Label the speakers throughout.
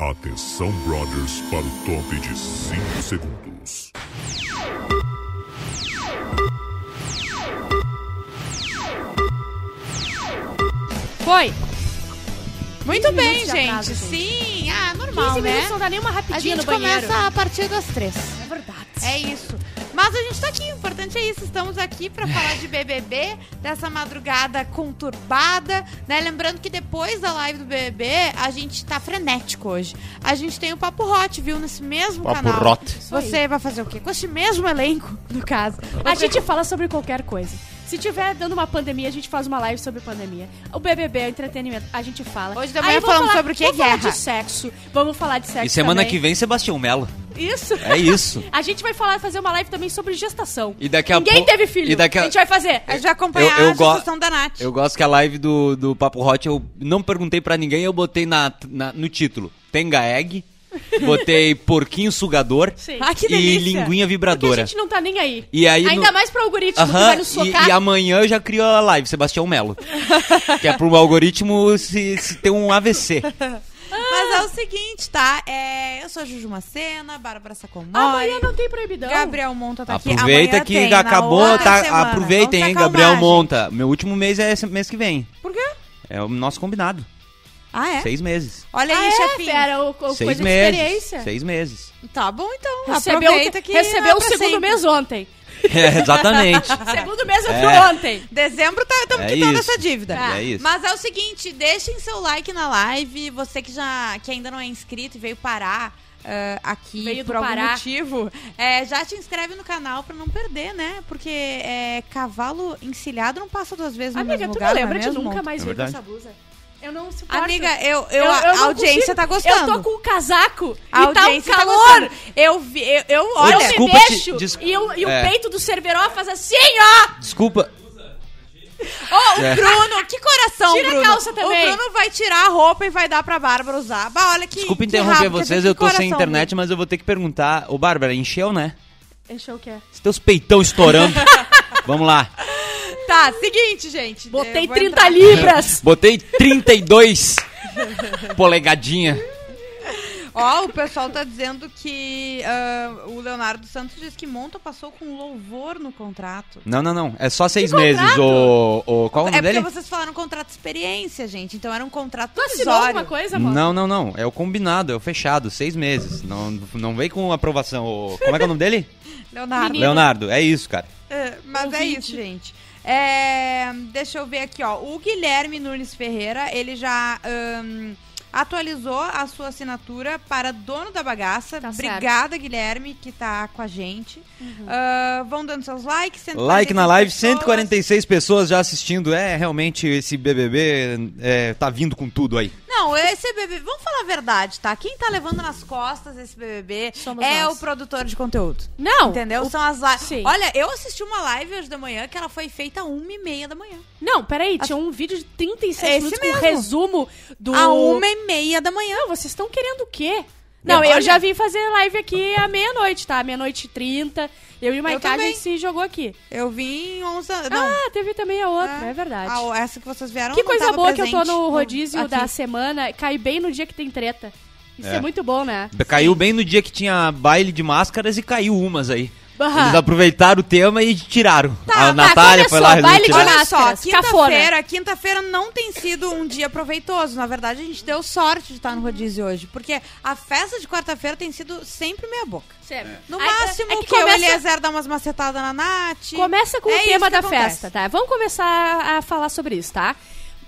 Speaker 1: Atenção, brothers, para o top de 5 segundos.
Speaker 2: Foi! Muito
Speaker 3: 15
Speaker 2: bem,
Speaker 3: minutos de
Speaker 2: gente.
Speaker 3: atraso, gente.
Speaker 2: Sim, ah,
Speaker 3: 15
Speaker 2: normal, né?
Speaker 3: minutos não dá nenuma
Speaker 2: A
Speaker 3: rapidinha
Speaker 2: gente
Speaker 3: no banheiro.
Speaker 2: começa a partir das três.
Speaker 3: É verdade.
Speaker 2: É isso. Mas a gente tá aqui, o importante é isso. Estamos aqui pra falar de BBB, dessa madrugada conturbada, né? Lembrando que depois da live do BBB, a gente tá frenético hoje. A gente tem o Papo Hot, viu? Nesse mesmo
Speaker 4: Papo
Speaker 2: canal.
Speaker 4: rote.
Speaker 3: Isso aí.
Speaker 2: Você vai fazer o quê? Com este mesmo elenco, no caso.
Speaker 3: A gente fala sobre qualquer coisa. Se tiver dando uma pandemia, a gente faz uma live sobre pandemia. O BBB, o entretenimento, a gente fala.
Speaker 2: Hoje de manhã
Speaker 3: Aí vamos
Speaker 2: falamos
Speaker 3: falar-
Speaker 2: sobre o que é
Speaker 3: vamos falar
Speaker 2: guerra.
Speaker 3: de sexo. Vamos falar de sexo
Speaker 4: E semana que
Speaker 3: também.
Speaker 4: vem, Sebastião Melo.
Speaker 3: Isso.
Speaker 4: É isso.
Speaker 3: A gente vai falar, fazer uma live também sobre gestação.
Speaker 4: E daqui a
Speaker 3: Ninguém
Speaker 4: pou-
Speaker 3: teve filho.
Speaker 4: e daqui a- É.
Speaker 3: a... gente vai fazer.
Speaker 2: A gente vai acompanhar
Speaker 4: Eu- eu
Speaker 2: a
Speaker 4: go-
Speaker 2: gestão da Nath.
Speaker 4: Eu gosto que a live do, do Papo Hot eu não perguntei pra ninguém, eu botei na, na- no título Tenga Egg, botei Porquinho Sugador
Speaker 3: Sim.
Speaker 2: Ah, que
Speaker 4: e
Speaker 2: delícia.
Speaker 4: Linguinha
Speaker 3: Porque a
Speaker 4: Vibradora.
Speaker 3: gente não tá nem aí.
Speaker 4: E aí
Speaker 3: Ainda
Speaker 4: no-
Speaker 3: mais pro algoritmo que
Speaker 4: Aham,
Speaker 3: vai nos
Speaker 4: e,
Speaker 3: socar.
Speaker 4: e amanhã eu já crio a live, Sebastião Melo. que é pro algoritmo se, se ter um AVC.
Speaker 2: Mas é o seguinte, tá? É, eu sou a Juju Macena, Bárbara
Speaker 3: Amanhã
Speaker 2: Sacomori,
Speaker 3: não tem proibidão.
Speaker 2: Gabriel Monta tá aqui.
Speaker 4: Aproveita
Speaker 2: Amanhã
Speaker 4: que
Speaker 2: tem, na
Speaker 4: acabou,
Speaker 2: outra
Speaker 4: tá?
Speaker 2: semana.
Speaker 4: Aproveitem,
Speaker 2: Vamos
Speaker 4: hein,
Speaker 2: se acalmar,
Speaker 4: Gabriel
Speaker 2: gente.
Speaker 4: Monta. Meu último mês é esse mês que vem.
Speaker 2: Por quê?
Speaker 4: É o nosso combinado.
Speaker 2: Ah, é?
Speaker 4: Seis meses.
Speaker 2: Olha
Speaker 3: Ah,
Speaker 2: aí,
Speaker 3: é,
Speaker 2: chefinho.
Speaker 3: fera, o, o
Speaker 4: Seis
Speaker 3: coisa de
Speaker 4: meses.
Speaker 3: experiência.
Speaker 4: Seis meses.
Speaker 2: Tá bom, então.
Speaker 3: Recebeu,
Speaker 2: Aproveita que não é
Speaker 3: recebeu o
Speaker 2: pra
Speaker 3: segundo
Speaker 2: sempre.
Speaker 3: mês ontem.
Speaker 4: É, exatamente.
Speaker 3: Segundo mês eu
Speaker 4: É.
Speaker 3: fui ontem.
Speaker 2: Dezembro tá, estamos
Speaker 4: É
Speaker 2: quitando
Speaker 4: isso.
Speaker 2: essa dívida.
Speaker 4: É isso.
Speaker 2: Mas é o seguinte, deixem seu like na live. Você que já que ainda não é inscrito e veio parar ah, aqui
Speaker 3: Veio do
Speaker 2: por algum
Speaker 3: Pará.
Speaker 2: motivo, é, já te inscreve no canal pra não perder, né? Porque é, cavalo encilhado não passa duas vezes no
Speaker 3: Amiga,
Speaker 2: mesmo
Speaker 3: tu
Speaker 2: lugar.
Speaker 3: não
Speaker 2: não é
Speaker 3: lembra de
Speaker 2: mesmo?
Speaker 3: nunca mais
Speaker 4: É
Speaker 3: ver com
Speaker 4: verdade.
Speaker 3: essa blusa? Eu não suporto.
Speaker 2: Amiga, eu, eu,
Speaker 3: Eu- eu
Speaker 2: a
Speaker 3: não
Speaker 2: audiência
Speaker 3: consigo.
Speaker 2: tá gostando.
Speaker 3: Eu tô com o casaco
Speaker 2: a
Speaker 3: e tá um
Speaker 2: audiência
Speaker 3: calor.
Speaker 2: Tá gostando. eu vi, eu, eu
Speaker 3: eu
Speaker 2: olha,
Speaker 4: Desculpa
Speaker 3: me
Speaker 4: te-
Speaker 3: mexo
Speaker 4: descu-
Speaker 3: e, o, e o
Speaker 4: É.
Speaker 3: peito do Cerveró faz assim, ó!
Speaker 4: Desculpa.
Speaker 2: Ô, o
Speaker 4: É.
Speaker 2: Bruno, que coração,
Speaker 3: Tira a
Speaker 2: Bruno.
Speaker 3: calça também.
Speaker 2: O Bruno vai tirar a roupa e vai dar pra Bárbara usar. Bah, olha que
Speaker 4: Desculpa
Speaker 2: que
Speaker 4: interromper
Speaker 2: rápido,
Speaker 4: vocês,
Speaker 2: que
Speaker 4: eu tô sem
Speaker 2: coração, né?
Speaker 4: internet, mas eu vou ter que perguntar. Ô, Bárbara, encheu, né?
Speaker 3: Deixa eu que é.
Speaker 4: Os teus peitão estourando. Vamos lá.
Speaker 2: Bruno. Tá, seguinte, gente.
Speaker 3: Botei
Speaker 2: eu vou
Speaker 3: 30
Speaker 2: entrar.
Speaker 3: libras.
Speaker 4: Botei 32 polegadinha.
Speaker 2: Ó, o pessoal tá dizendo que ah, o Leonardo Santos diz que Monta passou com louvor no contrato.
Speaker 4: Não, não, não. É só seis
Speaker 3: Que contrato?
Speaker 4: meses. O, o, qual
Speaker 2: É
Speaker 4: é o nome
Speaker 2: porque
Speaker 4: dele?
Speaker 2: vocês falaram contrato de experiência, gente. Então era um contrato
Speaker 3: Tu assinou alguma
Speaker 2: provisório.
Speaker 3: coisa, amor?
Speaker 4: Não, não, não. É o combinado, é o fechado. Seis meses. Não, não vem com aprovação. Ô, Como é que é o nome dele?
Speaker 2: Leonardo.
Speaker 3: Menino.
Speaker 4: Leonardo. É isso, cara.
Speaker 2: É, mas é
Speaker 3: Ouvinte.
Speaker 2: isso, gente. É, deixa eu ver aqui, ó. O Guilherme Nunes Ferreira, ele já ahn, atualizou a sua assinatura para dono da bagaça.
Speaker 3: Tá certo.
Speaker 2: Obrigada, Guilherme, que tá com a gente. Ah, vão dando seus likes. 146
Speaker 4: Like na live,
Speaker 2: pessoas.
Speaker 4: 146 pessoas já assistindo. É, realmente, esse BBB é, tá vindo com tudo aí.
Speaker 2: Não, esse BBB... Vamos falar a verdade, tá? Quem tá levando nas costas esse BBB
Speaker 3: Somos
Speaker 2: é
Speaker 3: nós.
Speaker 2: o produtor de conteúdo.
Speaker 3: Não.
Speaker 2: Entendeu?
Speaker 3: O-
Speaker 2: São as lives.
Speaker 3: Sim.
Speaker 2: Olha, eu assisti uma live hoje da manhã que ela foi feita a uma e meia da manhã.
Speaker 3: Não, peraí, tinha um vídeo de 36
Speaker 2: É Esse
Speaker 3: minutos
Speaker 2: mesmo.
Speaker 3: com resumo do.
Speaker 2: A uma e meia da manhã.
Speaker 3: Não, vocês estão querendo o quê? Não, eu
Speaker 2: olha-
Speaker 3: já vim fazer live aqui à meia-noite, tá? Meia-noite e trinta. Eu e o Maiká, a
Speaker 2: também.
Speaker 3: gente se jogou aqui.
Speaker 2: Eu vim 11 anos. Não,
Speaker 3: Ah, teve também a outra, é, verdade.
Speaker 2: a- essa que vocês vieram
Speaker 3: que
Speaker 2: não
Speaker 3: coisa
Speaker 2: tava
Speaker 3: boa que eu tô
Speaker 2: presente
Speaker 3: no rodízio
Speaker 2: aqui.
Speaker 3: da semana. Cai bem no dia que tem treta. Isso é,
Speaker 4: É.
Speaker 3: muito bom, né?
Speaker 4: Caiu bem no dia que tinha baile de máscaras e caiu umas aí.
Speaker 3: Bah.
Speaker 4: Eles aproveitaram o tema e tiraram.
Speaker 3: Tá,
Speaker 4: a
Speaker 3: tá,
Speaker 4: Natália
Speaker 3: começou,
Speaker 4: foi lá resolveu
Speaker 3: baile de
Speaker 4: tirar.
Speaker 3: máscaras.
Speaker 2: Olha só, quinta-feira,
Speaker 3: cafona.
Speaker 2: quinta-feira não tem sido um dia proveitoso. Na verdade, a gente deu sorte de estar no rodízio hoje, porque a festa de quarta-feira tem sido sempre meia boca.
Speaker 3: Sério.
Speaker 2: No
Speaker 3: Aí,
Speaker 2: máximo
Speaker 3: é
Speaker 2: que,
Speaker 3: que
Speaker 2: eu e o
Speaker 3: começa-
Speaker 2: Eliezer dá umas macetadas na Nath.
Speaker 3: Começa com
Speaker 2: É
Speaker 3: o
Speaker 2: isso
Speaker 3: tema
Speaker 2: que
Speaker 3: da
Speaker 2: acontece.
Speaker 3: festa, tá? Vamos começar a falar sobre isso, tá?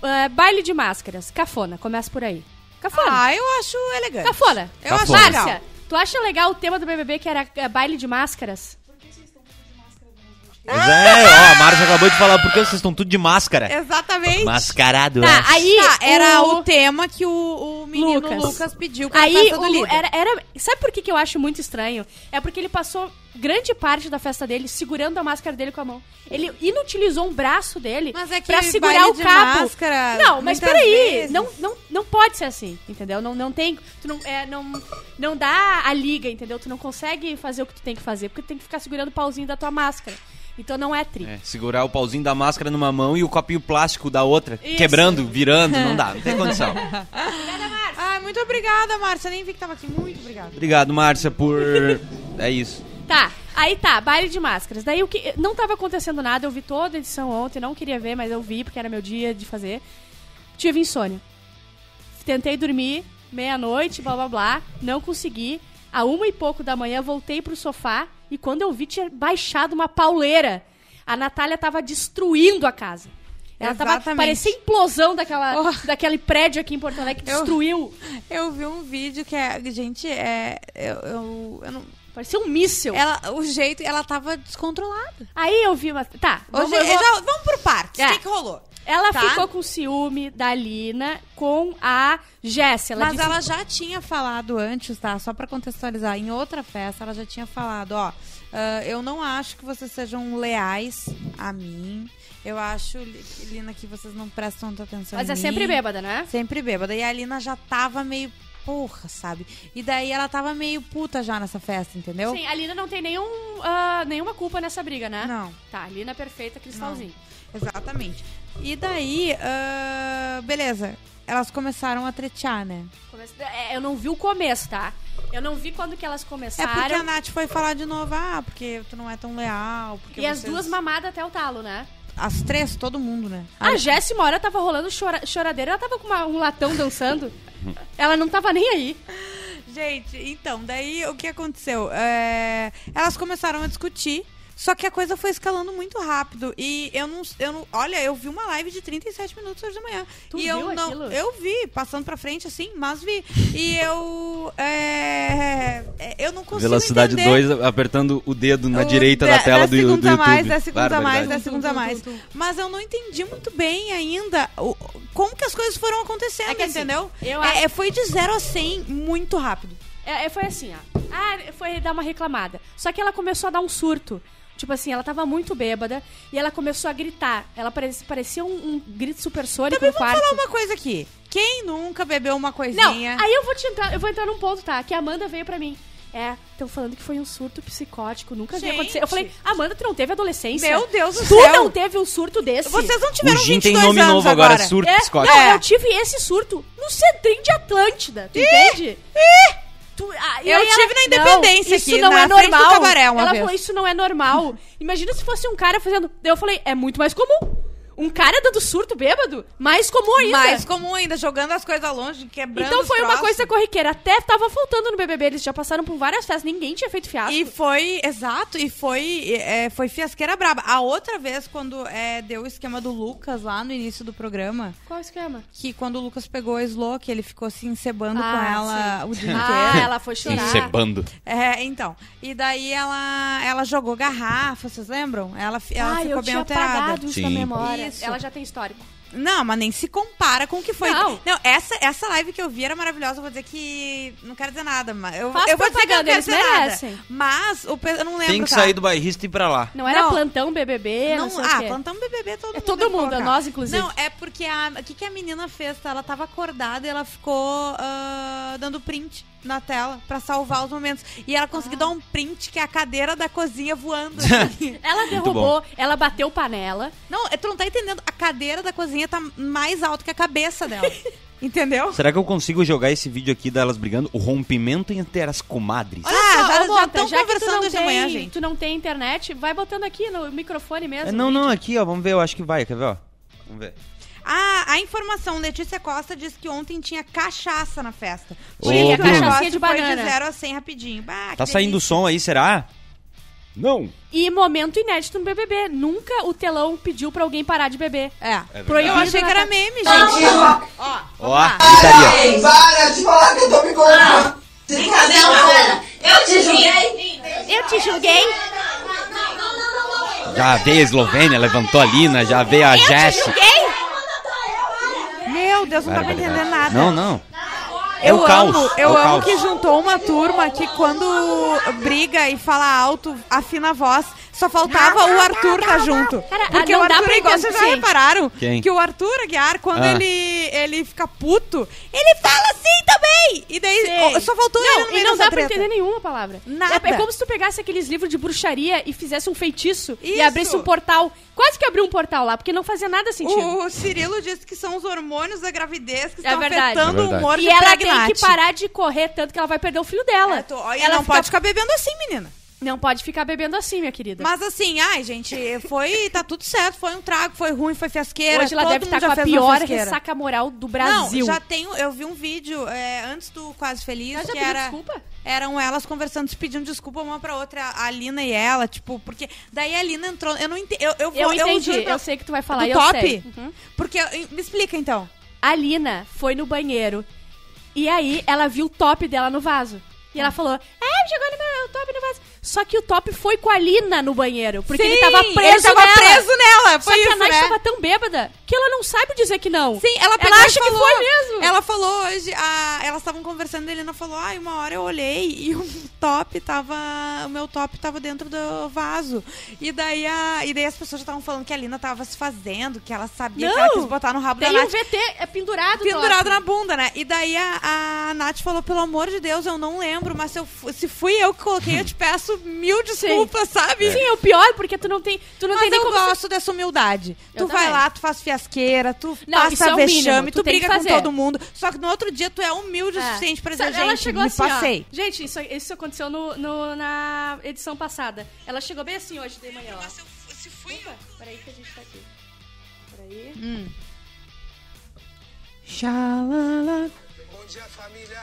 Speaker 3: Ah, baile de máscaras, cafona, começa por aí. Cafona.
Speaker 2: Ah, eu acho elegante.
Speaker 3: cafona.
Speaker 2: Eu acho
Speaker 4: Cafona.
Speaker 2: legal.
Speaker 3: Tá Márcia, tu acha legal o tema do BBB que era eh, baile de máscaras?
Speaker 4: Mas é, ó, a Márcia acabou de falar por que vocês estão tudo de máscara.
Speaker 2: Exatamente.
Speaker 4: Mascarado.
Speaker 3: Tá,
Speaker 4: é.
Speaker 3: aí
Speaker 2: Tá, era o...
Speaker 3: o
Speaker 2: tema que o, o menino Lucas,
Speaker 3: Lucas.
Speaker 2: pediu com a
Speaker 3: Aí,
Speaker 2: festa do
Speaker 3: o Lu-
Speaker 2: líder.
Speaker 3: era, era- sabe por que, que eu acho muito estranho? É porque ele passou grande parte da festa dele segurando a máscara dele com a mão. Ele inutilizou um braço dele
Speaker 2: Mas é que
Speaker 3: pra segurar
Speaker 2: baile
Speaker 3: o
Speaker 2: de
Speaker 3: cabo.
Speaker 2: máscara,
Speaker 3: não, mas
Speaker 2: muitas
Speaker 3: peraí,
Speaker 2: vezes.
Speaker 3: não, não, não pode ser assim, entendeu? Não, não tem, tu não, é, não, não dá a liga, entendeu? Tu não consegue fazer o que tu tem que fazer, porque tu tem que ficar segurando o pauzinho da tua máscara. Então não é tri.
Speaker 4: É, segurar o pauzinho da máscara numa mão e o copinho plástico da outra, quebrando, virando, não dá, não tem condição.
Speaker 2: Ah, muito obrigada, Márcia. Nem vi que tava aqui. Muito obrigada.
Speaker 4: Obrigado, Márcia, por. É isso.
Speaker 3: Tá, aí tá, baile de máscaras. Daí o que. Não tava acontecendo nada, eu vi toda a edição ontem, não queria ver, mas eu vi porque era meu dia de fazer. Tive insônia. Tentei dormir, meia-noite, blá blá blá, não consegui. A uma e pouco da manhã voltei pro sofá e quando eu vi tinha baixado uma pauleira. A Natália tava destruindo a casa. Ela tava.
Speaker 2: Exatamente.
Speaker 3: Parecia a implosão daquela,
Speaker 2: Oh.
Speaker 3: daquele prédio aqui em Porto Alegre que
Speaker 2: Eu-
Speaker 3: destruiu.
Speaker 2: Eu vi um vídeo que é. Gente, é. Eu, eu, eu não.
Speaker 3: Parecia um míssil.
Speaker 2: Ela, o jeito, ela tava descontrolada.
Speaker 3: Aí eu vi uma. Tá,
Speaker 2: Hoje,
Speaker 3: vamos- eu vou-
Speaker 2: já- vamos pro parque. O
Speaker 3: É.
Speaker 2: que, que rolou?
Speaker 3: Ela
Speaker 2: Tá.
Speaker 3: ficou com ciúme da Lina com a Jéssica. Ela
Speaker 2: Mas
Speaker 3: disse-
Speaker 2: ela já tinha falado antes, tá? Só pra contextualizar, em outra festa ela já tinha falado, ó, ah, eu não acho que vocês sejam leais a mim. Eu acho, Li- Lina, que vocês não prestam tanta atenção
Speaker 3: Mas
Speaker 2: em
Speaker 3: é sempre
Speaker 2: mim.
Speaker 3: bêbada, né?
Speaker 2: Sempre bêbada. E a Lina já tava meio porra, sabe? E daí ela tava meio puta já nessa festa, entendeu?
Speaker 3: Sim, a Lina não tem nenhum, ah, nenhuma culpa nessa briga, né?
Speaker 2: Não.
Speaker 3: Tá, a Lina é perfeita, cristalzinho.
Speaker 2: Exatamente. E daí, ah, beleza. Elas começaram a tretear, né?
Speaker 3: Começo- é, Eu não vi o começo, tá? Eu não vi quando que elas
Speaker 2: É porque a
Speaker 3: começaram.
Speaker 2: Nath foi falar de novo, ah, porque tu não é tão leal. Porque
Speaker 3: e as
Speaker 2: vocês-
Speaker 3: duas mamadas até o talo, né?
Speaker 2: As três, todo mundo, né?
Speaker 3: A Jéssica uma hora tava rolando chora- choradeira, ela tava com uma- um latão dançando. ela não tava nem aí.
Speaker 2: Gente, então, daí o que aconteceu? É, Elas começaram a discutir, só que a coisa foi escalando muito rápido. E eu não. Eu não olha, eu vi uma live de 37 minutos hoje de manhã.
Speaker 3: Tu
Speaker 2: e
Speaker 3: viu
Speaker 2: eu não.
Speaker 3: aquilo?
Speaker 2: Eu vi, passando pra frente assim, mas vi. E eu. é, é, eu não consigo.
Speaker 4: Velocidade
Speaker 2: entender.
Speaker 4: 2, apertando o dedo na
Speaker 2: O
Speaker 4: direita da,
Speaker 2: da-
Speaker 4: tela
Speaker 2: da
Speaker 4: do, do
Speaker 2: segunda
Speaker 4: YouTube.
Speaker 2: mais, da segunda
Speaker 4: Barbaridade.
Speaker 2: mais, da segunda mais.
Speaker 3: Tum, tum, tum, tum.
Speaker 2: Mas eu não entendi muito bem ainda o- como que as coisas foram acontecendo,
Speaker 3: É que assim,
Speaker 2: entendeu?
Speaker 3: eu
Speaker 2: É, foi de 0 a 100 muito rápido.
Speaker 3: É, é, foi assim, ó. Ah, foi dar uma reclamada. Só que ela começou a dar um surto. Tipo assim, ela tava muito bêbada e ela começou a gritar. Ela parecia, parecia um, um grito supersônico no
Speaker 2: Também vamos
Speaker 3: quarto.
Speaker 2: falar uma coisa aqui. Quem nunca bebeu uma
Speaker 3: Não,
Speaker 2: coisinha?
Speaker 3: aí eu vou te entrar, eu vou entrar num ponto, tá? Que a Amanda veio pra mim. É, estão falando que foi um surto psicótico, nunca vi
Speaker 2: Gente.
Speaker 3: acontecer. Eu falei, Amanda, tu não teve adolescência?
Speaker 2: Meu Deus do
Speaker 3: tu
Speaker 2: céu.
Speaker 3: não teve um surto desse?
Speaker 2: Vocês não
Speaker 4: O
Speaker 2: tiveram
Speaker 4: gin
Speaker 2: 22
Speaker 4: tem nome
Speaker 2: anos
Speaker 4: novo
Speaker 2: agora.
Speaker 4: agora, surto
Speaker 3: É,
Speaker 4: psicótico.
Speaker 3: não, eu tive esse surto no centrinho de Atlântida, tu entende? Tu- ah, e
Speaker 2: Eu
Speaker 3: aí
Speaker 2: tive na Independência
Speaker 3: isso
Speaker 2: aqui,
Speaker 3: não
Speaker 2: na
Speaker 3: é
Speaker 2: frente do
Speaker 3: normal.
Speaker 2: cabaré uma
Speaker 3: ela
Speaker 2: vez.
Speaker 3: falou, isso não é normal. Imagina se fosse um cara fazendo... Daí Eu falei, é muito mais comum. Um cara dando surto bêbado, mais comum ainda.
Speaker 2: Mais comum ainda, jogando as coisas longe, quebrando
Speaker 3: Então
Speaker 2: os
Speaker 3: foi uma
Speaker 2: troços.
Speaker 3: coisa corriqueira. Até tava faltando no BBB, eles já passaram por várias festas, ninguém tinha feito fiasco.
Speaker 2: E foi, exato, e foi, é, foi fiasqueira braba. A outra vez, quando é, deu o esquema do Lucas lá no início do programa,
Speaker 3: Qual o esquema?
Speaker 2: que quando o Lucas pegou a Slow, que ele ficou se encebando
Speaker 3: Ah,
Speaker 2: com ela o dia
Speaker 3: Ah,
Speaker 2: inteiro.
Speaker 3: ela foi chorar.
Speaker 4: Encebando.
Speaker 2: É, então. E daí ela, ela jogou garrafa, vocês lembram? Ela, fi- ela
Speaker 3: ah,
Speaker 2: ficou
Speaker 3: eu
Speaker 2: bem
Speaker 3: tinha
Speaker 2: alterada.
Speaker 3: apagado isso da
Speaker 4: Sim.
Speaker 3: memória.
Speaker 2: Isso.
Speaker 3: Ela já tem histórico.
Speaker 2: Não, mas nem se compara com o que foi.
Speaker 3: Não.
Speaker 2: essa, essa live que eu vi era maravilhosa. Eu vou dizer que. Não quero dizer nada. Mas eu,
Speaker 3: Faz
Speaker 2: eu vou dizer que eu
Speaker 3: propaganda,
Speaker 2: não quero
Speaker 3: eles
Speaker 2: dizer nada.
Speaker 3: merecem.
Speaker 2: Mas o, pe- eu não lembro.
Speaker 4: Tem que
Speaker 2: tá?
Speaker 4: sair do bairrista e ir pra lá.
Speaker 3: Não era
Speaker 2: Não.
Speaker 3: plantão BBB, não,
Speaker 2: Não,
Speaker 3: sei o
Speaker 2: ah,
Speaker 3: quê.
Speaker 2: plantão BBB todo
Speaker 3: É
Speaker 2: mundo.
Speaker 3: todo
Speaker 2: deve
Speaker 3: mundo,
Speaker 2: colocar.
Speaker 3: nós, inclusive.
Speaker 2: Não, é porque a. O que, que a menina fez? tá? Ela tava acordada e ela ficou ah, dando print na tela pra salvar os momentos. E ela
Speaker 3: Ah.
Speaker 2: conseguiu dar um print que é a cadeira da cozinha voando. assim.
Speaker 3: Ela derrubou, ela bateu panela.
Speaker 2: não, tu não tá entendendo. A cadeira da cozinha tá mais alta que a cabeça dela. Entendeu?
Speaker 4: Será que eu consigo jogar esse vídeo aqui delas brigando? O rompimento entre as comadres.
Speaker 2: Ah, já-
Speaker 3: ô, Bota,
Speaker 2: já tão
Speaker 3: que tu
Speaker 2: conversando
Speaker 3: não
Speaker 2: hoje de
Speaker 3: tem-
Speaker 2: manhã, gente.
Speaker 3: Tu não tem internet, vai botando aqui no microfone mesmo.
Speaker 4: É, não, não, aqui, ó, vamos ver, eu acho que vai, quer ver, ó? Vamos ver.
Speaker 2: Ah, a informação. Letícia Costa diz que ontem tinha cachaça na festa.
Speaker 4: Ô,
Speaker 2: Tinha
Speaker 4: Bruna.
Speaker 2: cachaça
Speaker 3: de
Speaker 2: Foi
Speaker 3: banana.
Speaker 2: de 0 a 100 rapidinho. Bah, que
Speaker 4: Tá saindo o
Speaker 2: delícia.
Speaker 4: som aí, será? Não.
Speaker 3: E momento inédito no BBB. Nunca o telão pediu pra alguém parar de beber.
Speaker 2: É.
Speaker 3: Proibido
Speaker 2: Eu achei que era
Speaker 3: na-
Speaker 2: meme,
Speaker 4: Tá
Speaker 2: gente.
Speaker 5: Mentira!
Speaker 4: Ó, a gritaria.
Speaker 5: Parem! Para de falar que eu tô me colocando! Brincadeira, cara! Eu te julguei!
Speaker 3: Eu te julguei.
Speaker 4: Já veio a Eslovênia, levantou a Lina, já veio a Jéssica.
Speaker 2: Meu Deus, não tava
Speaker 4: Barbaridade.
Speaker 2: entendendo nada.
Speaker 4: Não, não. É
Speaker 2: eu
Speaker 4: o caos.
Speaker 2: Amo,
Speaker 4: é
Speaker 2: eu
Speaker 4: o
Speaker 2: amo
Speaker 4: caos.
Speaker 2: que juntou uma turma que quando briga e fala alto, afina a voz. Só faltava o Arthur tá junto.
Speaker 3: Cara,
Speaker 2: Porque
Speaker 3: ah,
Speaker 2: o
Speaker 3: não dá
Speaker 2: Arthur
Speaker 3: pra
Speaker 2: é igual, vocês já
Speaker 3: entender.
Speaker 2: repararam
Speaker 4: Quem?
Speaker 2: que o Arthur Aguiar, quando
Speaker 4: Ah.
Speaker 2: ele, ele fica puto, ele fala assim também. E daí,
Speaker 3: Sim.
Speaker 2: ó, só faltou ele no
Speaker 3: Não, e
Speaker 2: meio
Speaker 3: não
Speaker 2: dessa
Speaker 3: dá pra
Speaker 2: treta.
Speaker 3: entender nenhuma palavra.
Speaker 2: Nada.
Speaker 3: É, é como se tu pegasse aqueles livros de bruxaria e fizesse um feitiço e
Speaker 2: Isso.
Speaker 3: abrisse um portal. Quase que abriu um portal lá, porque não fazia nada sentido.
Speaker 2: O, o Cirilo disse que são os hormônios da gravidez que
Speaker 3: É
Speaker 2: estão
Speaker 3: verdade.
Speaker 2: afetando
Speaker 4: É
Speaker 2: o
Speaker 4: verdade.
Speaker 2: humor de
Speaker 3: E ela
Speaker 2: Pragnat.
Speaker 3: tem que parar de correr tanto que ela vai perder o filho dela.
Speaker 2: É, tô- ó, E
Speaker 3: ela
Speaker 2: não
Speaker 3: fica-
Speaker 2: pode ficar bebendo assim, menina.
Speaker 3: Não pode ficar bebendo assim, minha querida.
Speaker 2: Mas assim, ai, gente, foi. Tá tudo certo. Foi um trago, foi ruim, foi fiasqueira.
Speaker 3: Hoje ela
Speaker 2: todo
Speaker 3: deve
Speaker 2: mundo
Speaker 3: estar
Speaker 2: já
Speaker 3: com a
Speaker 2: fez uma
Speaker 3: pior
Speaker 2: fiasqueira.
Speaker 3: ressaca moral do Brasil.
Speaker 2: Não, já tenho. Eu vi um vídeo é, antes do Quase Feliz
Speaker 3: Ela já
Speaker 2: que
Speaker 3: pediu
Speaker 2: era.
Speaker 3: desculpa?
Speaker 2: Eram elas conversando, se pedindo desculpa uma pra outra, a Lina e ela, tipo, porque. Daí a Lina entrou. Eu não entendi. Eu, eu,
Speaker 3: Eu
Speaker 2: vou-
Speaker 3: entendi,
Speaker 2: juro
Speaker 3: eu,
Speaker 2: pra- É
Speaker 3: sei que tu vai falar
Speaker 2: do
Speaker 3: e
Speaker 2: top?
Speaker 3: eu sei. Uhum.
Speaker 2: Porque. Me explica então.
Speaker 3: A Lina foi no banheiro e aí ela viu o top dela no vaso. E ela falou, é, jogou no meu top no vaso. Só que o top foi com a Lina no banheiro, porque ele
Speaker 2: Sim,
Speaker 3: tava preso
Speaker 2: ele tava
Speaker 3: nela.
Speaker 2: preso nela.
Speaker 3: Só
Speaker 2: Foi
Speaker 3: que
Speaker 2: isso,
Speaker 3: a Nath
Speaker 2: né?
Speaker 3: tava tão bêbada que ela não sabe dizer que não.
Speaker 2: Sim, ela pegou
Speaker 3: Ela
Speaker 2: e
Speaker 3: acha que
Speaker 2: falou,
Speaker 3: foi mesmo.
Speaker 2: Ela falou hoje, a- elas estavam conversando, a Helena falou, ai, uma hora eu olhei e o top tava, o meu top tava dentro do vaso. E daí, a, e daí as pessoas já estavam falando que a Lina tava se fazendo, que ela sabia que
Speaker 3: Não.
Speaker 2: ela quis botar no rabo
Speaker 3: Tem
Speaker 2: da
Speaker 3: um
Speaker 2: Nath.
Speaker 3: VT é pendurado.
Speaker 2: Pendurado
Speaker 3: top.
Speaker 2: na bunda, né? E daí a, a Nath falou: pelo amor de Deus, eu não lembro, mas se, eu fu- se fui eu que coloquei, eu te peço mil desculpas, sabe?
Speaker 3: Sim, é o pior, porque tu não tem, tu não tem
Speaker 2: Mas
Speaker 3: nem
Speaker 2: eu
Speaker 3: como...
Speaker 2: gosto dessa humildade.
Speaker 3: Eu
Speaker 2: tu vai
Speaker 3: também.
Speaker 2: lá, tu faz fiasqueira, tu
Speaker 3: Não, isso
Speaker 2: passa
Speaker 3: é o
Speaker 2: vexame,
Speaker 3: mínimo,
Speaker 2: tu,
Speaker 3: tu tem que
Speaker 2: briga com
Speaker 3: fazer.
Speaker 2: todo mundo. Só que no outro dia tu é humilde o
Speaker 3: É.
Speaker 2: suficiente pra
Speaker 3: Sa-
Speaker 2: dizer,
Speaker 3: ela
Speaker 2: gente,
Speaker 3: chegou
Speaker 2: me
Speaker 3: assim, ó,
Speaker 2: passei.
Speaker 3: Gente, isso, isso aconteceu no, no- na edição passada. Ela chegou bem assim hoje de manhã, ó. Opa, peraí que a gente tá aqui. Peraí.
Speaker 2: Xalala.
Speaker 6: Bom dia, família.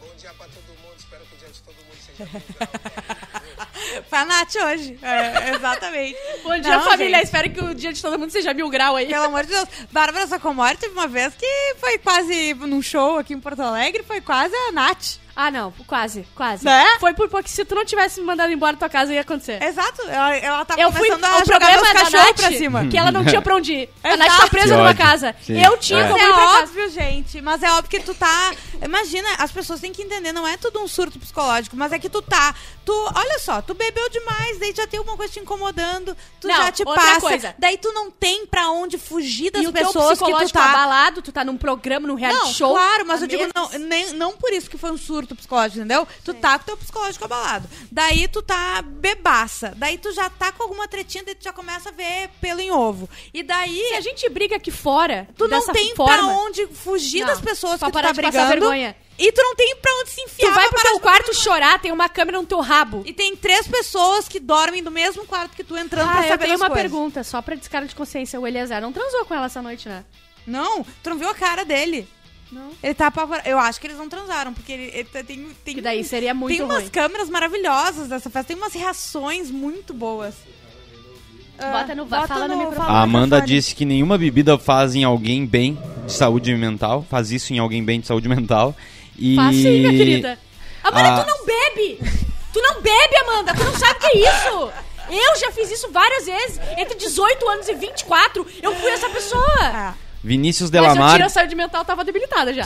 Speaker 6: Bom dia pra todo mundo. Espero que o dia de todo mundo seja legal.
Speaker 2: Pra Nath hoje. É, exatamente.
Speaker 3: Bom dia,
Speaker 2: Não,
Speaker 3: família.
Speaker 2: gente,
Speaker 3: Espero que o dia de todo mundo seja mil grau aí.
Speaker 2: Pelo amor de Deus. Bárbara Sacomori teve uma vez que foi quase num show aqui em Porto Alegre, foi quase a Nath.
Speaker 3: Ah, não. Quase, quase.
Speaker 2: Né?
Speaker 3: Foi por pouco. Se tu não tivesse me mandado embora da tua casa, ia acontecer.
Speaker 2: Exato. Ela, ela tava
Speaker 3: Eu fui.
Speaker 2: começando a
Speaker 3: O
Speaker 2: jogar
Speaker 3: problema é
Speaker 2: meus
Speaker 3: da
Speaker 2: cachorros
Speaker 3: Nath
Speaker 2: pra cima.
Speaker 3: que ela não tinha pra onde ir. A
Speaker 2: Exato.
Speaker 3: Nath tá presa
Speaker 4: Que
Speaker 3: numa
Speaker 4: ódio.
Speaker 3: casa.
Speaker 4: Sim.
Speaker 3: Eu tinha
Speaker 4: É.
Speaker 3: como
Speaker 2: Mas
Speaker 3: ir pra
Speaker 2: é
Speaker 3: casa.
Speaker 2: óbvio, gente. Mas é óbvio que tu tá. Imagina, as pessoas têm que entender, não é tudo um surto psicológico, mas é que tu tá. Tu, olha só, tu bebeu demais, daí já tem alguma coisa te incomodando, tu
Speaker 3: Não,
Speaker 2: já te
Speaker 3: outra
Speaker 2: passa.
Speaker 3: coisa.
Speaker 2: Daí tu não tem pra onde fugir das
Speaker 3: E o teu
Speaker 2: pessoas que tu
Speaker 3: psicológico
Speaker 2: tá.
Speaker 3: abalado, tu tá num programa, num reality
Speaker 2: não,
Speaker 3: show.
Speaker 2: claro, mas
Speaker 3: há
Speaker 2: eu digo,
Speaker 3: meses.
Speaker 2: não, nem, não por isso que foi um surto psicológico, entendeu? Tu tá com teu psicológico abalado. Daí tu tá bebaça. Daí tu já tá com alguma tretinha, daí tu já começa a ver pelo em ovo. E daí.
Speaker 3: Se a gente briga aqui fora,
Speaker 2: Tu não
Speaker 3: dessa
Speaker 2: tem
Speaker 3: forma,
Speaker 2: pra onde fugir
Speaker 3: Não,
Speaker 2: das pessoas
Speaker 3: pra
Speaker 2: que tu
Speaker 3: parar
Speaker 2: tá
Speaker 3: de passar
Speaker 2: brigando.
Speaker 3: vergonha.
Speaker 2: E tu não tem pra onde se enfiar.
Speaker 3: Tu vai
Speaker 2: pra
Speaker 3: pro
Speaker 2: parar
Speaker 3: teu
Speaker 2: de-
Speaker 3: quarto chorar, tem uma câmera no teu rabo.
Speaker 2: E tem três pessoas que dormem no mesmo quarto que tu entrando pra
Speaker 3: Ah,
Speaker 2: saber
Speaker 3: eu tenho
Speaker 2: das
Speaker 3: uma
Speaker 2: coisas.
Speaker 3: pergunta, só pra descaro de consciência. O Eliezer não transou com ela essa noite, né?
Speaker 2: Não, tu não viu a cara dele.
Speaker 3: Não.
Speaker 2: Ele tá apavorado. Eu acho que eles não transaram, porque ele, ele tá- tem, tem.
Speaker 3: Que daí seria muito
Speaker 2: Tem umas
Speaker 3: ruim.
Speaker 2: câmeras maravilhosas dessa festa, tem umas reações muito boas.
Speaker 3: Ah, Bota no- fala no microfone.
Speaker 4: A Amanda
Speaker 2: microfone.
Speaker 4: disse que nenhuma bebida faz em alguém bem de saúde mental, faz isso em alguém bem de saúde mental. E...
Speaker 3: Fácil, hein, minha querida. Amanda,
Speaker 4: Ah.
Speaker 3: tu não bebe! Tu não bebe, Amanda! Tu não sabe o que é isso! Eu já fiz isso várias vezes. Entre 18 anos e 24, eu fui essa pessoa.
Speaker 2: Ah,
Speaker 4: Vinícius
Speaker 3: Mas eu
Speaker 4: Delamar,
Speaker 3: tiro a saúde mental, tava debilitada já.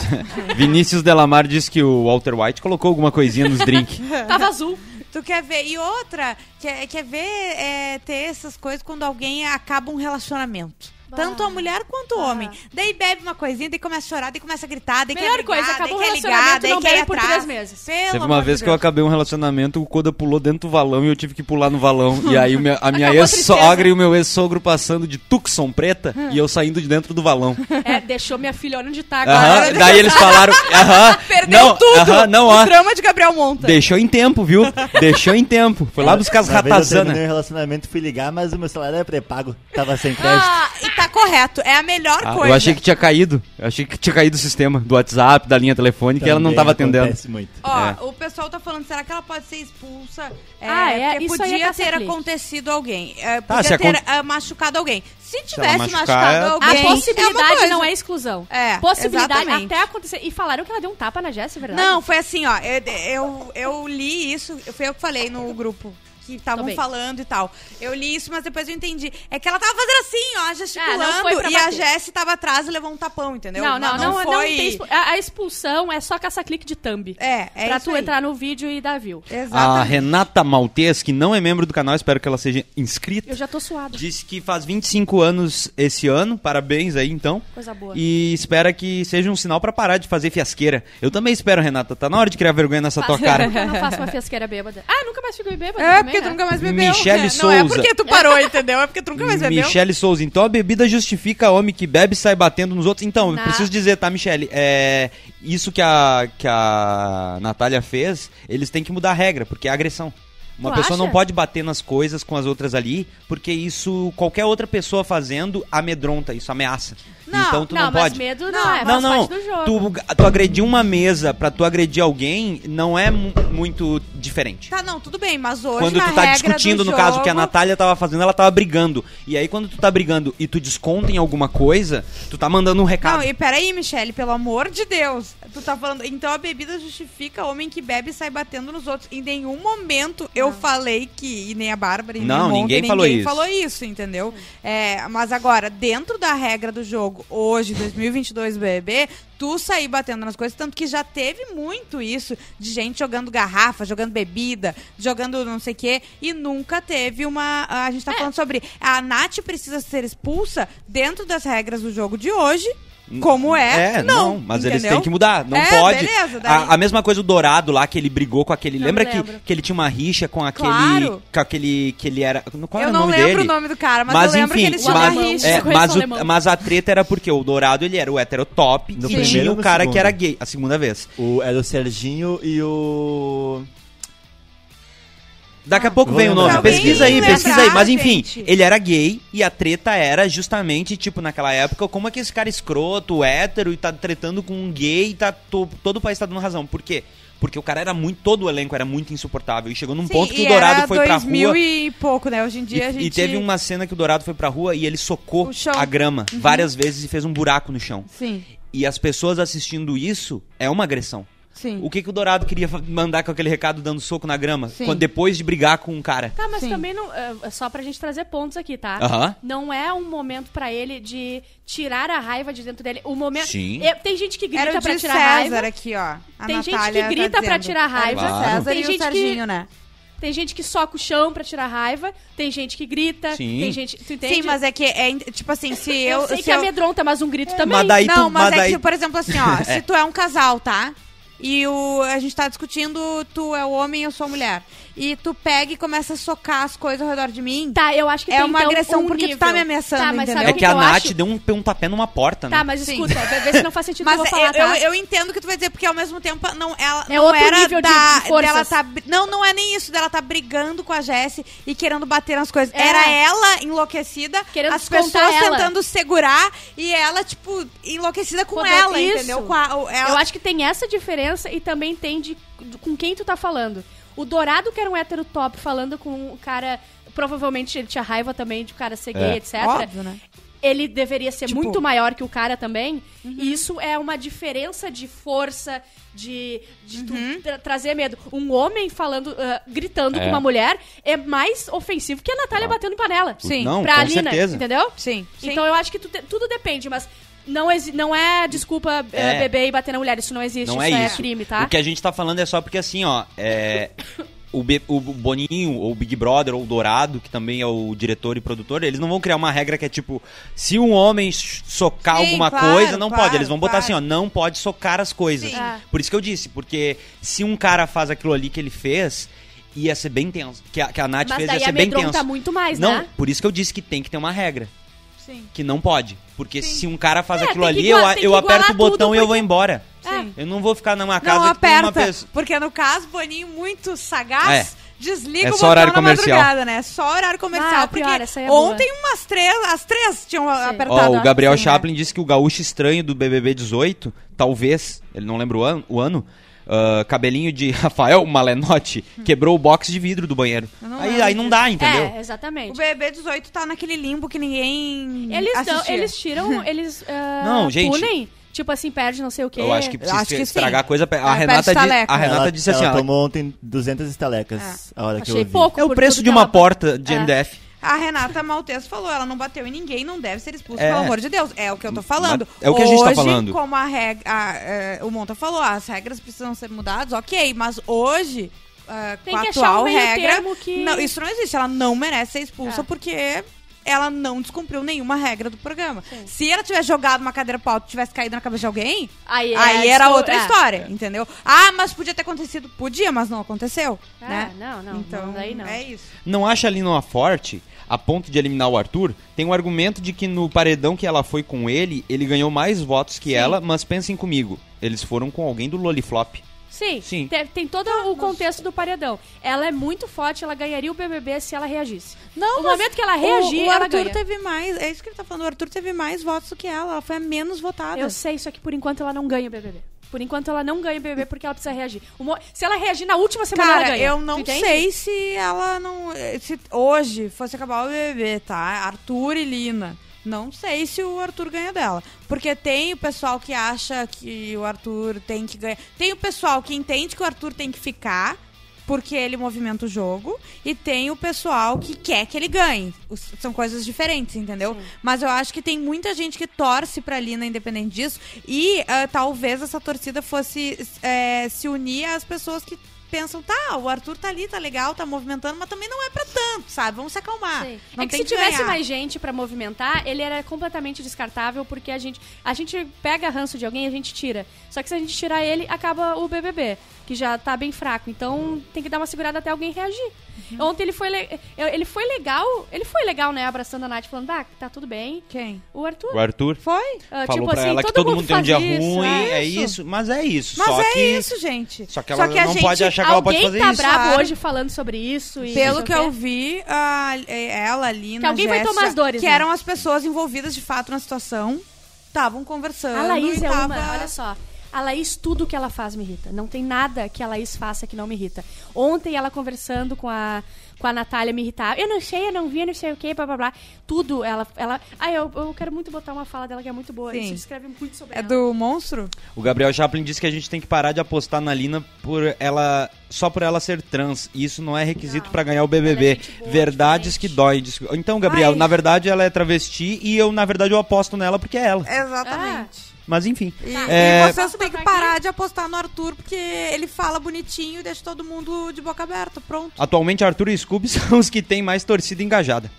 Speaker 4: Vinícius Delamar disse que o Walter White colocou alguma coisinha nos drinks.
Speaker 3: tava azul.
Speaker 2: Tu quer ver. E outra, quer, quer ver é, ter essas coisas quando alguém acaba um relacionamento. Tanto a mulher quanto o homem. Daí bebe uma coisinha, daí começa a chorar, daí começa a gritar, daí
Speaker 3: Melhor
Speaker 2: quer brigar,
Speaker 3: coisa,
Speaker 2: daí
Speaker 3: acabou o
Speaker 2: quer
Speaker 3: relacionamento,
Speaker 2: ligar, daí
Speaker 3: não
Speaker 2: quer
Speaker 3: bebe
Speaker 2: ir
Speaker 3: por
Speaker 2: atrás.
Speaker 3: três meses.
Speaker 2: Pelo
Speaker 4: Teve
Speaker 2: amor
Speaker 4: uma
Speaker 2: de
Speaker 4: vez que eu
Speaker 2: Deus.
Speaker 4: acabei um relacionamento, o Koda pulou dentro do valão e eu tive que pular no valão. E aí o meu- a
Speaker 2: É
Speaker 4: minha
Speaker 3: Acabou a tristeza.
Speaker 4: ex-sogra e o meu ex-sogro passando de tucson preta
Speaker 2: Hum.
Speaker 4: e eu saindo de dentro do valão.
Speaker 3: É, deixou minha filha olhando de tá agora.
Speaker 4: Aham, daí eles falaram, aham,
Speaker 2: Perdeu
Speaker 4: não,
Speaker 2: tudo!
Speaker 4: aham, não,
Speaker 2: o
Speaker 4: ó,
Speaker 2: drama de Gabriel Monta.
Speaker 4: deixou em tempo, viu? Deixou em tempo. Foi lá buscar as
Speaker 7: Uma vez Eu
Speaker 4: ratazanas.
Speaker 7: terminei um relacionamento, fui ligar, mas o meu celular era pré-pago. Tava sem crédito.
Speaker 2: Ah, e tá correto. É a melhor
Speaker 4: Ah,
Speaker 2: coisa.
Speaker 4: eu achei que tinha caído. Eu achei que tinha caído o sistema do WhatsApp, da linha telefônica, e ela não
Speaker 7: Também
Speaker 4: tava atendendo.
Speaker 7: Acontece muito.
Speaker 2: Ó,
Speaker 4: É.
Speaker 2: o pessoal tá falando, será que ela pode ser expulsa?
Speaker 3: Ah, é,
Speaker 2: porque
Speaker 3: isso aí é
Speaker 2: podia ter
Speaker 3: caça-clique.
Speaker 2: acontecido alguém. É,
Speaker 4: Tá,
Speaker 2: podia
Speaker 4: se
Speaker 2: ter
Speaker 4: acon-
Speaker 2: ah, machucado alguém. Se
Speaker 4: ela
Speaker 2: tivesse
Speaker 4: machucar,
Speaker 2: machucado
Speaker 4: é-
Speaker 3: A
Speaker 2: alguém. uma
Speaker 3: possibilidade
Speaker 2: coisa.
Speaker 3: não é exclusão.
Speaker 2: É,
Speaker 3: Possibilidade
Speaker 2: exatamente.
Speaker 3: até acontecer. E falaram que ela deu um tapa na Jéssica, é verdade?
Speaker 2: Não, foi assim, ó. Eu, eu, eu li isso, foi eu que falei no grupo. que
Speaker 3: Tô
Speaker 2: estavam
Speaker 3: bem.
Speaker 2: falando e tal. Eu li isso, mas depois eu entendi. É que ela tava fazendo assim, ó,
Speaker 3: Ah, não foi
Speaker 2: gesticulando,
Speaker 3: pra
Speaker 2: e a
Speaker 3: bater.
Speaker 2: Jess tava atrás e levou um tapão, entendeu?
Speaker 3: Não, não,
Speaker 2: Mas
Speaker 3: não, não,
Speaker 2: foi...
Speaker 3: tem expu- a, a expulsão é só caça-clique de thumb.
Speaker 2: É, é
Speaker 3: pra
Speaker 2: isso
Speaker 3: tu
Speaker 2: aí.
Speaker 3: entrar no vídeo e dar view.
Speaker 4: A
Speaker 2: Exatamente.
Speaker 4: Renata Maltês, que não é membro do canal, espero que ela seja inscrita.
Speaker 3: Eu já tô suada.
Speaker 4: Disse que faz 25 anos esse ano, parabéns aí então.
Speaker 3: Coisa boa.
Speaker 4: E espera que seja um sinal pra parar de fazer fiasqueira. Eu também espero, Renata. Tá na hora de criar vergonha nessa tua cara.
Speaker 3: Eu não faço uma fiasqueira bêbada. Ah, nunca mais fico bêbada.
Speaker 2: É,
Speaker 3: também,
Speaker 2: porque tu
Speaker 3: né?
Speaker 2: nunca mais bebeu.
Speaker 4: Michele
Speaker 2: né? Não é
Speaker 4: Souza.
Speaker 2: porque tu parou, entendeu? É porque tu nunca mais bebeu.
Speaker 4: Michele Souza, então a bebida justifica homem que bebe e sai batendo nos outros. Então, eu
Speaker 3: Na-
Speaker 4: preciso dizer, tá, Michele? É, isso que a, que a Natália fez, eles têm que mudar a regra, porque é agressão. Uma
Speaker 3: Tu
Speaker 4: pessoa não
Speaker 3: acha?
Speaker 4: pode bater nas coisas com as outras ali, porque isso qualquer outra pessoa fazendo amedronta, isso ameaça.
Speaker 2: Não,
Speaker 4: então tu não,
Speaker 3: não, mas
Speaker 4: pode.
Speaker 3: medo não,
Speaker 2: Não,
Speaker 3: é,
Speaker 4: Não,
Speaker 3: faz
Speaker 4: não.
Speaker 3: parte do jogo.
Speaker 4: Tu, tu agredir uma mesa pra tu agredir alguém não é mu- muito diferente.
Speaker 2: Tá, não, tudo bem, mas hoje
Speaker 4: Quando
Speaker 2: na
Speaker 4: tu tá
Speaker 2: regra
Speaker 4: discutindo,
Speaker 2: do
Speaker 4: no caso, que a
Speaker 2: jogo-
Speaker 4: Natália tava fazendo, ela tava brigando. E aí, quando tu tá brigando e tu desconta em alguma coisa, tu tá mandando um recado.
Speaker 2: Não, e peraí, Michele, pelo amor de Deus. Tu tá falando. Então a bebida justifica homem que bebe e sai batendo nos outros. Em nenhum momento eu falei que. E nem a Bárbara, e nem
Speaker 4: Não,
Speaker 2: o Monta,
Speaker 4: ninguém
Speaker 2: ninguém
Speaker 4: falou isso.
Speaker 2: falou isso, entendeu? É, mas agora, dentro da regra do jogo, hoje, 2022 BBB, tu sair batendo nas coisas, tanto que já teve muito isso de gente jogando garrafa, jogando bebida, jogando não sei o quê, e nunca teve uma. A gente tá falando sobre. A Nath precisa ser expulsa dentro das regras do jogo de hoje. Como é?
Speaker 4: É, não, mas eles têm que mudar, não
Speaker 2: É,
Speaker 4: pode.
Speaker 2: beleza, daí-
Speaker 4: a, a mesma coisa o Dourado lá, que ele brigou com aquele.
Speaker 3: Não
Speaker 4: Lembra que,
Speaker 3: lembro.
Speaker 4: que ele tinha uma rixa com aquele.
Speaker 2: Claro.
Speaker 4: Com aquele. que ele era. Qual
Speaker 2: Eu
Speaker 4: era
Speaker 2: não
Speaker 4: o nome
Speaker 2: lembro
Speaker 4: dele?
Speaker 2: o nome do cara, mas, eu lembro que ele
Speaker 3: tinham
Speaker 2: tinha
Speaker 3: mas-
Speaker 2: uma rixa.
Speaker 4: é,
Speaker 3: Correção
Speaker 4: mas,
Speaker 3: alemão.
Speaker 4: o, mas a treta era porque o Dourado ele era o heterotop
Speaker 8: No
Speaker 4: e
Speaker 8: primeiro
Speaker 4: tinha
Speaker 8: ou
Speaker 4: o
Speaker 8: no
Speaker 4: cara que
Speaker 8: segundo?
Speaker 4: era gay, a segunda vez.
Speaker 8: O, era o Serginho e o.
Speaker 4: Daqui a pouco
Speaker 8: Vou
Speaker 4: vem o
Speaker 8: lembrar.
Speaker 4: nome.
Speaker 8: Alguém
Speaker 4: Pesquisa aí,
Speaker 2: Ah. lembrar,
Speaker 4: pesquisa aí. Mas enfim,
Speaker 2: gente.
Speaker 4: ele era gay e a treta era justamente, tipo, naquela época, como é que esse cara é escroto, hétero, e tá tretando com um gay e tá. to- todo o país tá dando razão. Por quê? Porque o cara era muito. Todo o elenco era muito insuportável. E chegou num
Speaker 2: Sim,
Speaker 4: um ponto que
Speaker 2: e
Speaker 4: o Dourado
Speaker 2: era
Speaker 4: foi pra
Speaker 2: 2000
Speaker 4: rua. E,
Speaker 2: e pouco, né? Hoje em dia a gente...
Speaker 4: e teve um uma cena que o Dourado foi pra rua e ele socou
Speaker 2: O chão. Uhum.
Speaker 4: a grama várias vezes e fez um buraco no chão.
Speaker 2: Sim,
Speaker 4: E as pessoas assistindo isso é uma agressão.
Speaker 2: sim.
Speaker 4: O que, que o Dourado queria fa- mandar com aquele recado dando soco na grama?
Speaker 2: Sim.
Speaker 4: Quando, depois de brigar com um cara.
Speaker 3: Tá, mas
Speaker 2: Sim.
Speaker 3: também não. É, só pra gente trazer pontos aqui, tá?
Speaker 4: Aham.
Speaker 3: Não é um momento pra ele de tirar a raiva de dentro dele. O momento.
Speaker 4: Sim.
Speaker 3: É, tem gente que grita
Speaker 2: Era o
Speaker 3: pra
Speaker 2: de
Speaker 3: tirar
Speaker 2: César
Speaker 3: a raiva.
Speaker 2: aqui, ó. A
Speaker 3: Tem gente
Speaker 2: Natália tá
Speaker 3: que grita pra
Speaker 2: dizendo.
Speaker 3: tirar raiva.
Speaker 2: Era o de
Speaker 4: Claro.
Speaker 2: César
Speaker 3: Tem
Speaker 2: e
Speaker 3: gente
Speaker 2: o Serginho, né?
Speaker 3: Tem gente que soca o chão pra tirar a raiva. Tem gente que grita.
Speaker 4: Sim.
Speaker 3: Tem gente. Tu entende?
Speaker 2: Sim, mas é que, é, in- tipo assim, se eu...
Speaker 3: eu, sei
Speaker 2: se
Speaker 3: que
Speaker 2: eu... É.
Speaker 3: amedronta, mas um grito também.
Speaker 4: mas daí- Aí tu-
Speaker 2: Não, mas,
Speaker 4: mas
Speaker 2: é
Speaker 4: aí-
Speaker 2: que,
Speaker 3: tipo,
Speaker 2: por exemplo, assim, ó, se tu é um casal, tá? E o, a gente tá discutindo, tu é o homem, eu sou a mulher. E tu pega e começa a socar as coisas ao redor de mim.
Speaker 3: Tá, eu acho que
Speaker 2: É
Speaker 3: tem,
Speaker 2: uma
Speaker 3: então,
Speaker 2: agressão
Speaker 3: um
Speaker 2: porque tu tá
Speaker 3: nível.
Speaker 2: me ameaçando,
Speaker 3: Tá, mas sabe
Speaker 4: É
Speaker 3: o
Speaker 4: que,
Speaker 3: que,
Speaker 4: a
Speaker 3: eu
Speaker 4: Nath
Speaker 3: acho?
Speaker 4: deu um, um tapé numa porta, né?
Speaker 3: Tá, mas
Speaker 2: Sim.
Speaker 3: escuta, vê vê se não faz sentido
Speaker 2: Mas
Speaker 3: o que eu vou falar,
Speaker 2: eu,
Speaker 3: tá?
Speaker 2: eu, eu entendo o que tu vai dizer, porque ao mesmo tempo não, ela
Speaker 3: É
Speaker 2: não
Speaker 3: outro
Speaker 2: era
Speaker 3: nível de-
Speaker 2: da,
Speaker 3: de forças.
Speaker 2: dela tá br- Não, não é nem isso dela tá brigando com a Jessie e querendo bater nas coisas.
Speaker 3: É.
Speaker 2: Era ela enlouquecida,
Speaker 3: Querendo
Speaker 2: as
Speaker 3: descontar
Speaker 2: pessoas
Speaker 3: ela.
Speaker 2: tentando segurar e ela, tipo, enlouquecida com
Speaker 3: Quando- é
Speaker 2: ela,
Speaker 3: isso.
Speaker 2: entendeu? Com a, o- ela,
Speaker 3: Eu acho que tem essa diferença e também tem de de- com quem tu tá falando. O Dourado, que era um hétero top, falando com o cara. Provavelmente ele tinha raiva também de o cara ser
Speaker 4: É.
Speaker 3: gay, etc.
Speaker 2: Óbvio, né?
Speaker 3: Ele deveria ser
Speaker 2: Tipo- Uhum.
Speaker 3: muito maior que o cara também. E isso é uma diferença de força, de, de tu
Speaker 2: Uhum.
Speaker 3: tra- trazer medo. Um homem falando, ah, gritando com uma mulher é mais ofensivo que a Natália batendo em panela.
Speaker 2: Sim.
Speaker 4: Não,
Speaker 3: pra né?
Speaker 4: com
Speaker 3: Alina,
Speaker 4: certeza.
Speaker 3: entendeu?
Speaker 2: Sim, sim.
Speaker 3: Então eu acho que tu te- tudo depende, mas não, exi- não é desculpa eh,
Speaker 4: É.
Speaker 3: beber e bater na mulher. Isso não existe,
Speaker 4: Não é
Speaker 3: isso é,
Speaker 4: isso.
Speaker 3: crime, tá?
Speaker 4: O que a gente tá falando é só porque assim, ó. É, o, Be- o Boninho, ou o Big Brother, ou o Dourado, que também é o diretor e produtor, eles não vão criar uma regra que é tipo: se um homem s- socar
Speaker 2: Sim,
Speaker 4: alguma
Speaker 2: claro,
Speaker 4: coisa, não
Speaker 2: claro,
Speaker 4: pode. Eles vão botar
Speaker 2: claro.
Speaker 4: assim, ó: não pode socar as coisas.
Speaker 2: Sim.
Speaker 3: É.
Speaker 4: Por isso que eu disse, porque se um cara faz aquilo ali que ele fez. Ia ser bem tenso. Que a, que a Nath
Speaker 3: Mas
Speaker 4: fez ia
Speaker 3: daí
Speaker 4: ser bem
Speaker 3: amedronta
Speaker 4: tenso.
Speaker 3: muito mais,
Speaker 4: não,
Speaker 3: né?
Speaker 4: por isso que eu disse que tem que ter uma regra.
Speaker 2: Sim.
Speaker 4: que não pode. Porque se um cara faz
Speaker 3: É,
Speaker 4: aquilo
Speaker 3: tem que
Speaker 4: ali,
Speaker 3: igua-
Speaker 4: eu, a-
Speaker 3: tem que
Speaker 4: eu aperto o
Speaker 3: igualar
Speaker 4: botão
Speaker 3: tudo,
Speaker 4: e
Speaker 3: porque-
Speaker 4: eu
Speaker 3: É.
Speaker 4: vou embora.
Speaker 2: Sim.
Speaker 4: Eu não vou ficar numa casa
Speaker 2: Não
Speaker 4: que tem uma
Speaker 2: aperta,
Speaker 4: pessoa.
Speaker 2: porque no caso, Boninho muito sagaz,
Speaker 4: É.
Speaker 2: desliga
Speaker 4: É
Speaker 2: o
Speaker 4: só
Speaker 2: botão
Speaker 4: horário
Speaker 2: na
Speaker 4: comercial.
Speaker 2: madrugada, né? Só horário comercial,
Speaker 3: Ah,
Speaker 2: porque
Speaker 3: pior, essa aí é
Speaker 2: ontem umas três, as três tinham apertado.
Speaker 4: Ó,
Speaker 2: a
Speaker 4: o Gabriel
Speaker 2: assim, né?
Speaker 4: Chaplin disse que o gaúcho estranho do BBB 18, talvez, ele não lembra o ano, o ano ah, cabelinho de Rafael Malenotti
Speaker 3: Hum.
Speaker 4: quebrou o box de vidro do banheiro. aí, aí não dá, entendeu?
Speaker 3: É,
Speaker 2: O
Speaker 3: exatamente.
Speaker 2: BBB 18 tá naquele limbo que ninguém
Speaker 3: Eles, dão-
Speaker 2: assistia.
Speaker 3: eles tiram, eles ah,
Speaker 4: Não, gente,
Speaker 3: punem, Tipo assim, perde não sei o quê.
Speaker 4: Eu acho que precisa
Speaker 2: acho que sim.
Speaker 4: estragar a
Speaker 3: É,
Speaker 4: coisa. pra-
Speaker 2: Ah,
Speaker 4: A,
Speaker 2: pede
Speaker 4: Renata, di-
Speaker 2: estaleca.
Speaker 4: a Renata
Speaker 8: ela,
Speaker 4: disse assim,
Speaker 8: ela
Speaker 4: ó,
Speaker 8: tomou ontem 200 estalecas a hora que eu
Speaker 3: Achei
Speaker 8: ouvi.
Speaker 3: pouco.
Speaker 4: é o
Speaker 3: por
Speaker 4: preço
Speaker 3: tudo
Speaker 4: de
Speaker 3: que
Speaker 4: uma
Speaker 3: ela-
Speaker 4: porta de
Speaker 3: É.
Speaker 4: MDF.
Speaker 2: A Renata Maltês falou, ela não bateu em ninguém, não deve ser expulsa,
Speaker 4: É.
Speaker 2: pelo amor de Deus. É o que eu tô falando.
Speaker 4: Mas é o que a gente tá
Speaker 2: hoje,
Speaker 4: falando.
Speaker 2: como a regra, a, é, o Monta falou, as regras precisam ser mudadas, ok, mas hoje, ah,
Speaker 3: Tem
Speaker 2: com a
Speaker 3: que achar um
Speaker 2: atual
Speaker 3: meio
Speaker 2: regra,
Speaker 3: termo que-
Speaker 2: não, isso não existe. Ela não merece ser expulsa
Speaker 3: É.
Speaker 2: porque ela não descumpriu nenhuma regra do programa. Se ela tivesse jogado uma cadeira pro alto e tivesse caído na cabeça de alguém,
Speaker 3: Aí, é
Speaker 2: aí era
Speaker 3: discu-
Speaker 2: outra
Speaker 3: é.
Speaker 2: história, entendeu? Ah, mas podia ter acontecido. Podia, mas não aconteceu,
Speaker 3: Ah,
Speaker 2: né?
Speaker 3: não, não.
Speaker 2: então,
Speaker 3: Então, daí não.
Speaker 2: é isso.
Speaker 4: Não acha a Lina forte a ponto de eliminar o Arthur? Tem um argumento de que no paredão que ela foi com ele, ele ganhou mais votos que ela, mas pensem comigo, eles foram com alguém do Loliflop.
Speaker 3: Sim,
Speaker 4: Sim.
Speaker 3: Tem, tem todo o contexto do paredão. Ela é muito forte, ela ganharia o BBB se ela reagisse.
Speaker 2: Não,
Speaker 3: No
Speaker 2: mas
Speaker 3: momento que ela reagir,
Speaker 2: o, o
Speaker 3: ela
Speaker 2: Arthur
Speaker 3: ganha.
Speaker 2: teve mais. É isso que ele tá falando. O Arthur teve mais votos do que ela. Ela foi a menos votada.
Speaker 3: Eu sei, só que por enquanto ela não ganha o BBB. Por enquanto ela não ganha o BBB porque ela precisa reagir. O mo- Se ela reagir na última semana, ela
Speaker 2: Cara,
Speaker 3: ganha.
Speaker 2: eu não
Speaker 3: Tu entende?
Speaker 2: sei se ela não. Se hoje fosse acabar o BBB, tá? Arthur e Lina. Não sei se o Arthur ganha dela. Porque tem o pessoal que acha que o Arthur tem que ganhar. Tem o pessoal que entende que o Arthur tem que ficar. Porque ele movimenta o jogo. E tem o pessoal que quer que ele ganhe. Os- São coisas diferentes, entendeu? Mas eu acho que tem muita gente que torce pra Lina, independente disso. E ah, talvez essa torcida fosse eh, se unir às pessoas que pensam, tá, o Arthur tá ali, tá legal, tá movimentando, mas também não é pra tanto, sabe? Vamos se acalmar.
Speaker 3: Sim.
Speaker 2: Não
Speaker 3: é que
Speaker 2: tem
Speaker 3: se tivesse
Speaker 2: ganhar.
Speaker 3: mais gente pra movimentar, ele era completamente descartável, porque a gente, a gente pega ranço de alguém e a gente tira. Só que se a gente tirar ele, acaba o BBB, que já tá bem fraco. Então tem que dar uma segurada até alguém reagir.
Speaker 2: Uhum.
Speaker 3: Ontem ele foi, le- eu- ele foi legal, ele foi legal, né? Abraçando a Nath, falando, ah, tá tudo bem.
Speaker 2: Quem?
Speaker 3: O Arthur.
Speaker 4: O Arthur
Speaker 2: Foi?
Speaker 3: ah,
Speaker 4: falou pra ela que todo mundo, tem um dia
Speaker 3: faz isso,
Speaker 4: ruim,
Speaker 3: ah.
Speaker 4: é isso, mas é isso.
Speaker 2: Mas
Speaker 4: só
Speaker 2: é
Speaker 4: que
Speaker 2: isso, gente.
Speaker 4: só que ela
Speaker 2: Só que a
Speaker 4: não
Speaker 2: gente-
Speaker 4: pode achar que ela pode
Speaker 3: Alguém
Speaker 4: fazer
Speaker 3: tá
Speaker 4: isso. Ah.
Speaker 3: bravo
Speaker 2: Claro.
Speaker 3: hoje falando sobre isso. e
Speaker 2: Pelo
Speaker 3: não
Speaker 2: que
Speaker 3: sei o
Speaker 2: eu
Speaker 3: quê.
Speaker 2: vi, a, é, ela ali na
Speaker 3: alguém vai
Speaker 2: Jéssica,
Speaker 3: tomar as dores,
Speaker 2: Que
Speaker 3: né?
Speaker 2: eram as pessoas envolvidas de fato na situação, estavam conversando.
Speaker 3: A Laís
Speaker 2: e
Speaker 3: é
Speaker 2: tava...
Speaker 3: uma, olha só. A Laís, tudo que ela faz me irrita. Não tem nada que a Laís faça que não me irrita. Ontem ela conversando com a, com a Natália me irritava. Eu não sei, eu não vi, eu não sei o que, blá blá blá. Tudo ela. ela... Ah, eu, eu quero muito botar uma fala dela que é muito boa.
Speaker 2: Sim.
Speaker 3: Isso descreve muito sobre
Speaker 2: É
Speaker 3: ela.
Speaker 2: do monstro?
Speaker 4: O Gabriel Chaplin disse que a gente tem que parar de apostar na Lina por ela só por ela ser trans. E isso não é requisito pra ganhar o
Speaker 3: Ela é
Speaker 4: BBB.
Speaker 3: gente boa,
Speaker 4: Verdades
Speaker 3: diferente.
Speaker 4: que dói. Diz- Então, Gabriel,
Speaker 3: Ai.
Speaker 4: na verdade ela é travesti e eu, na verdade, eu aposto nela porque é ela.
Speaker 2: Exatamente.
Speaker 4: Mas enfim.
Speaker 2: E, Ah,
Speaker 4: É.
Speaker 2: tá. e vocês têm que
Speaker 3: botar
Speaker 2: parar de apostar no Arthur, porque ele fala bonitinho e deixa todo mundo de boca aberta. Pronto.
Speaker 4: Atualmente, Arthur e Scooby são os que têm mais torcida engajada.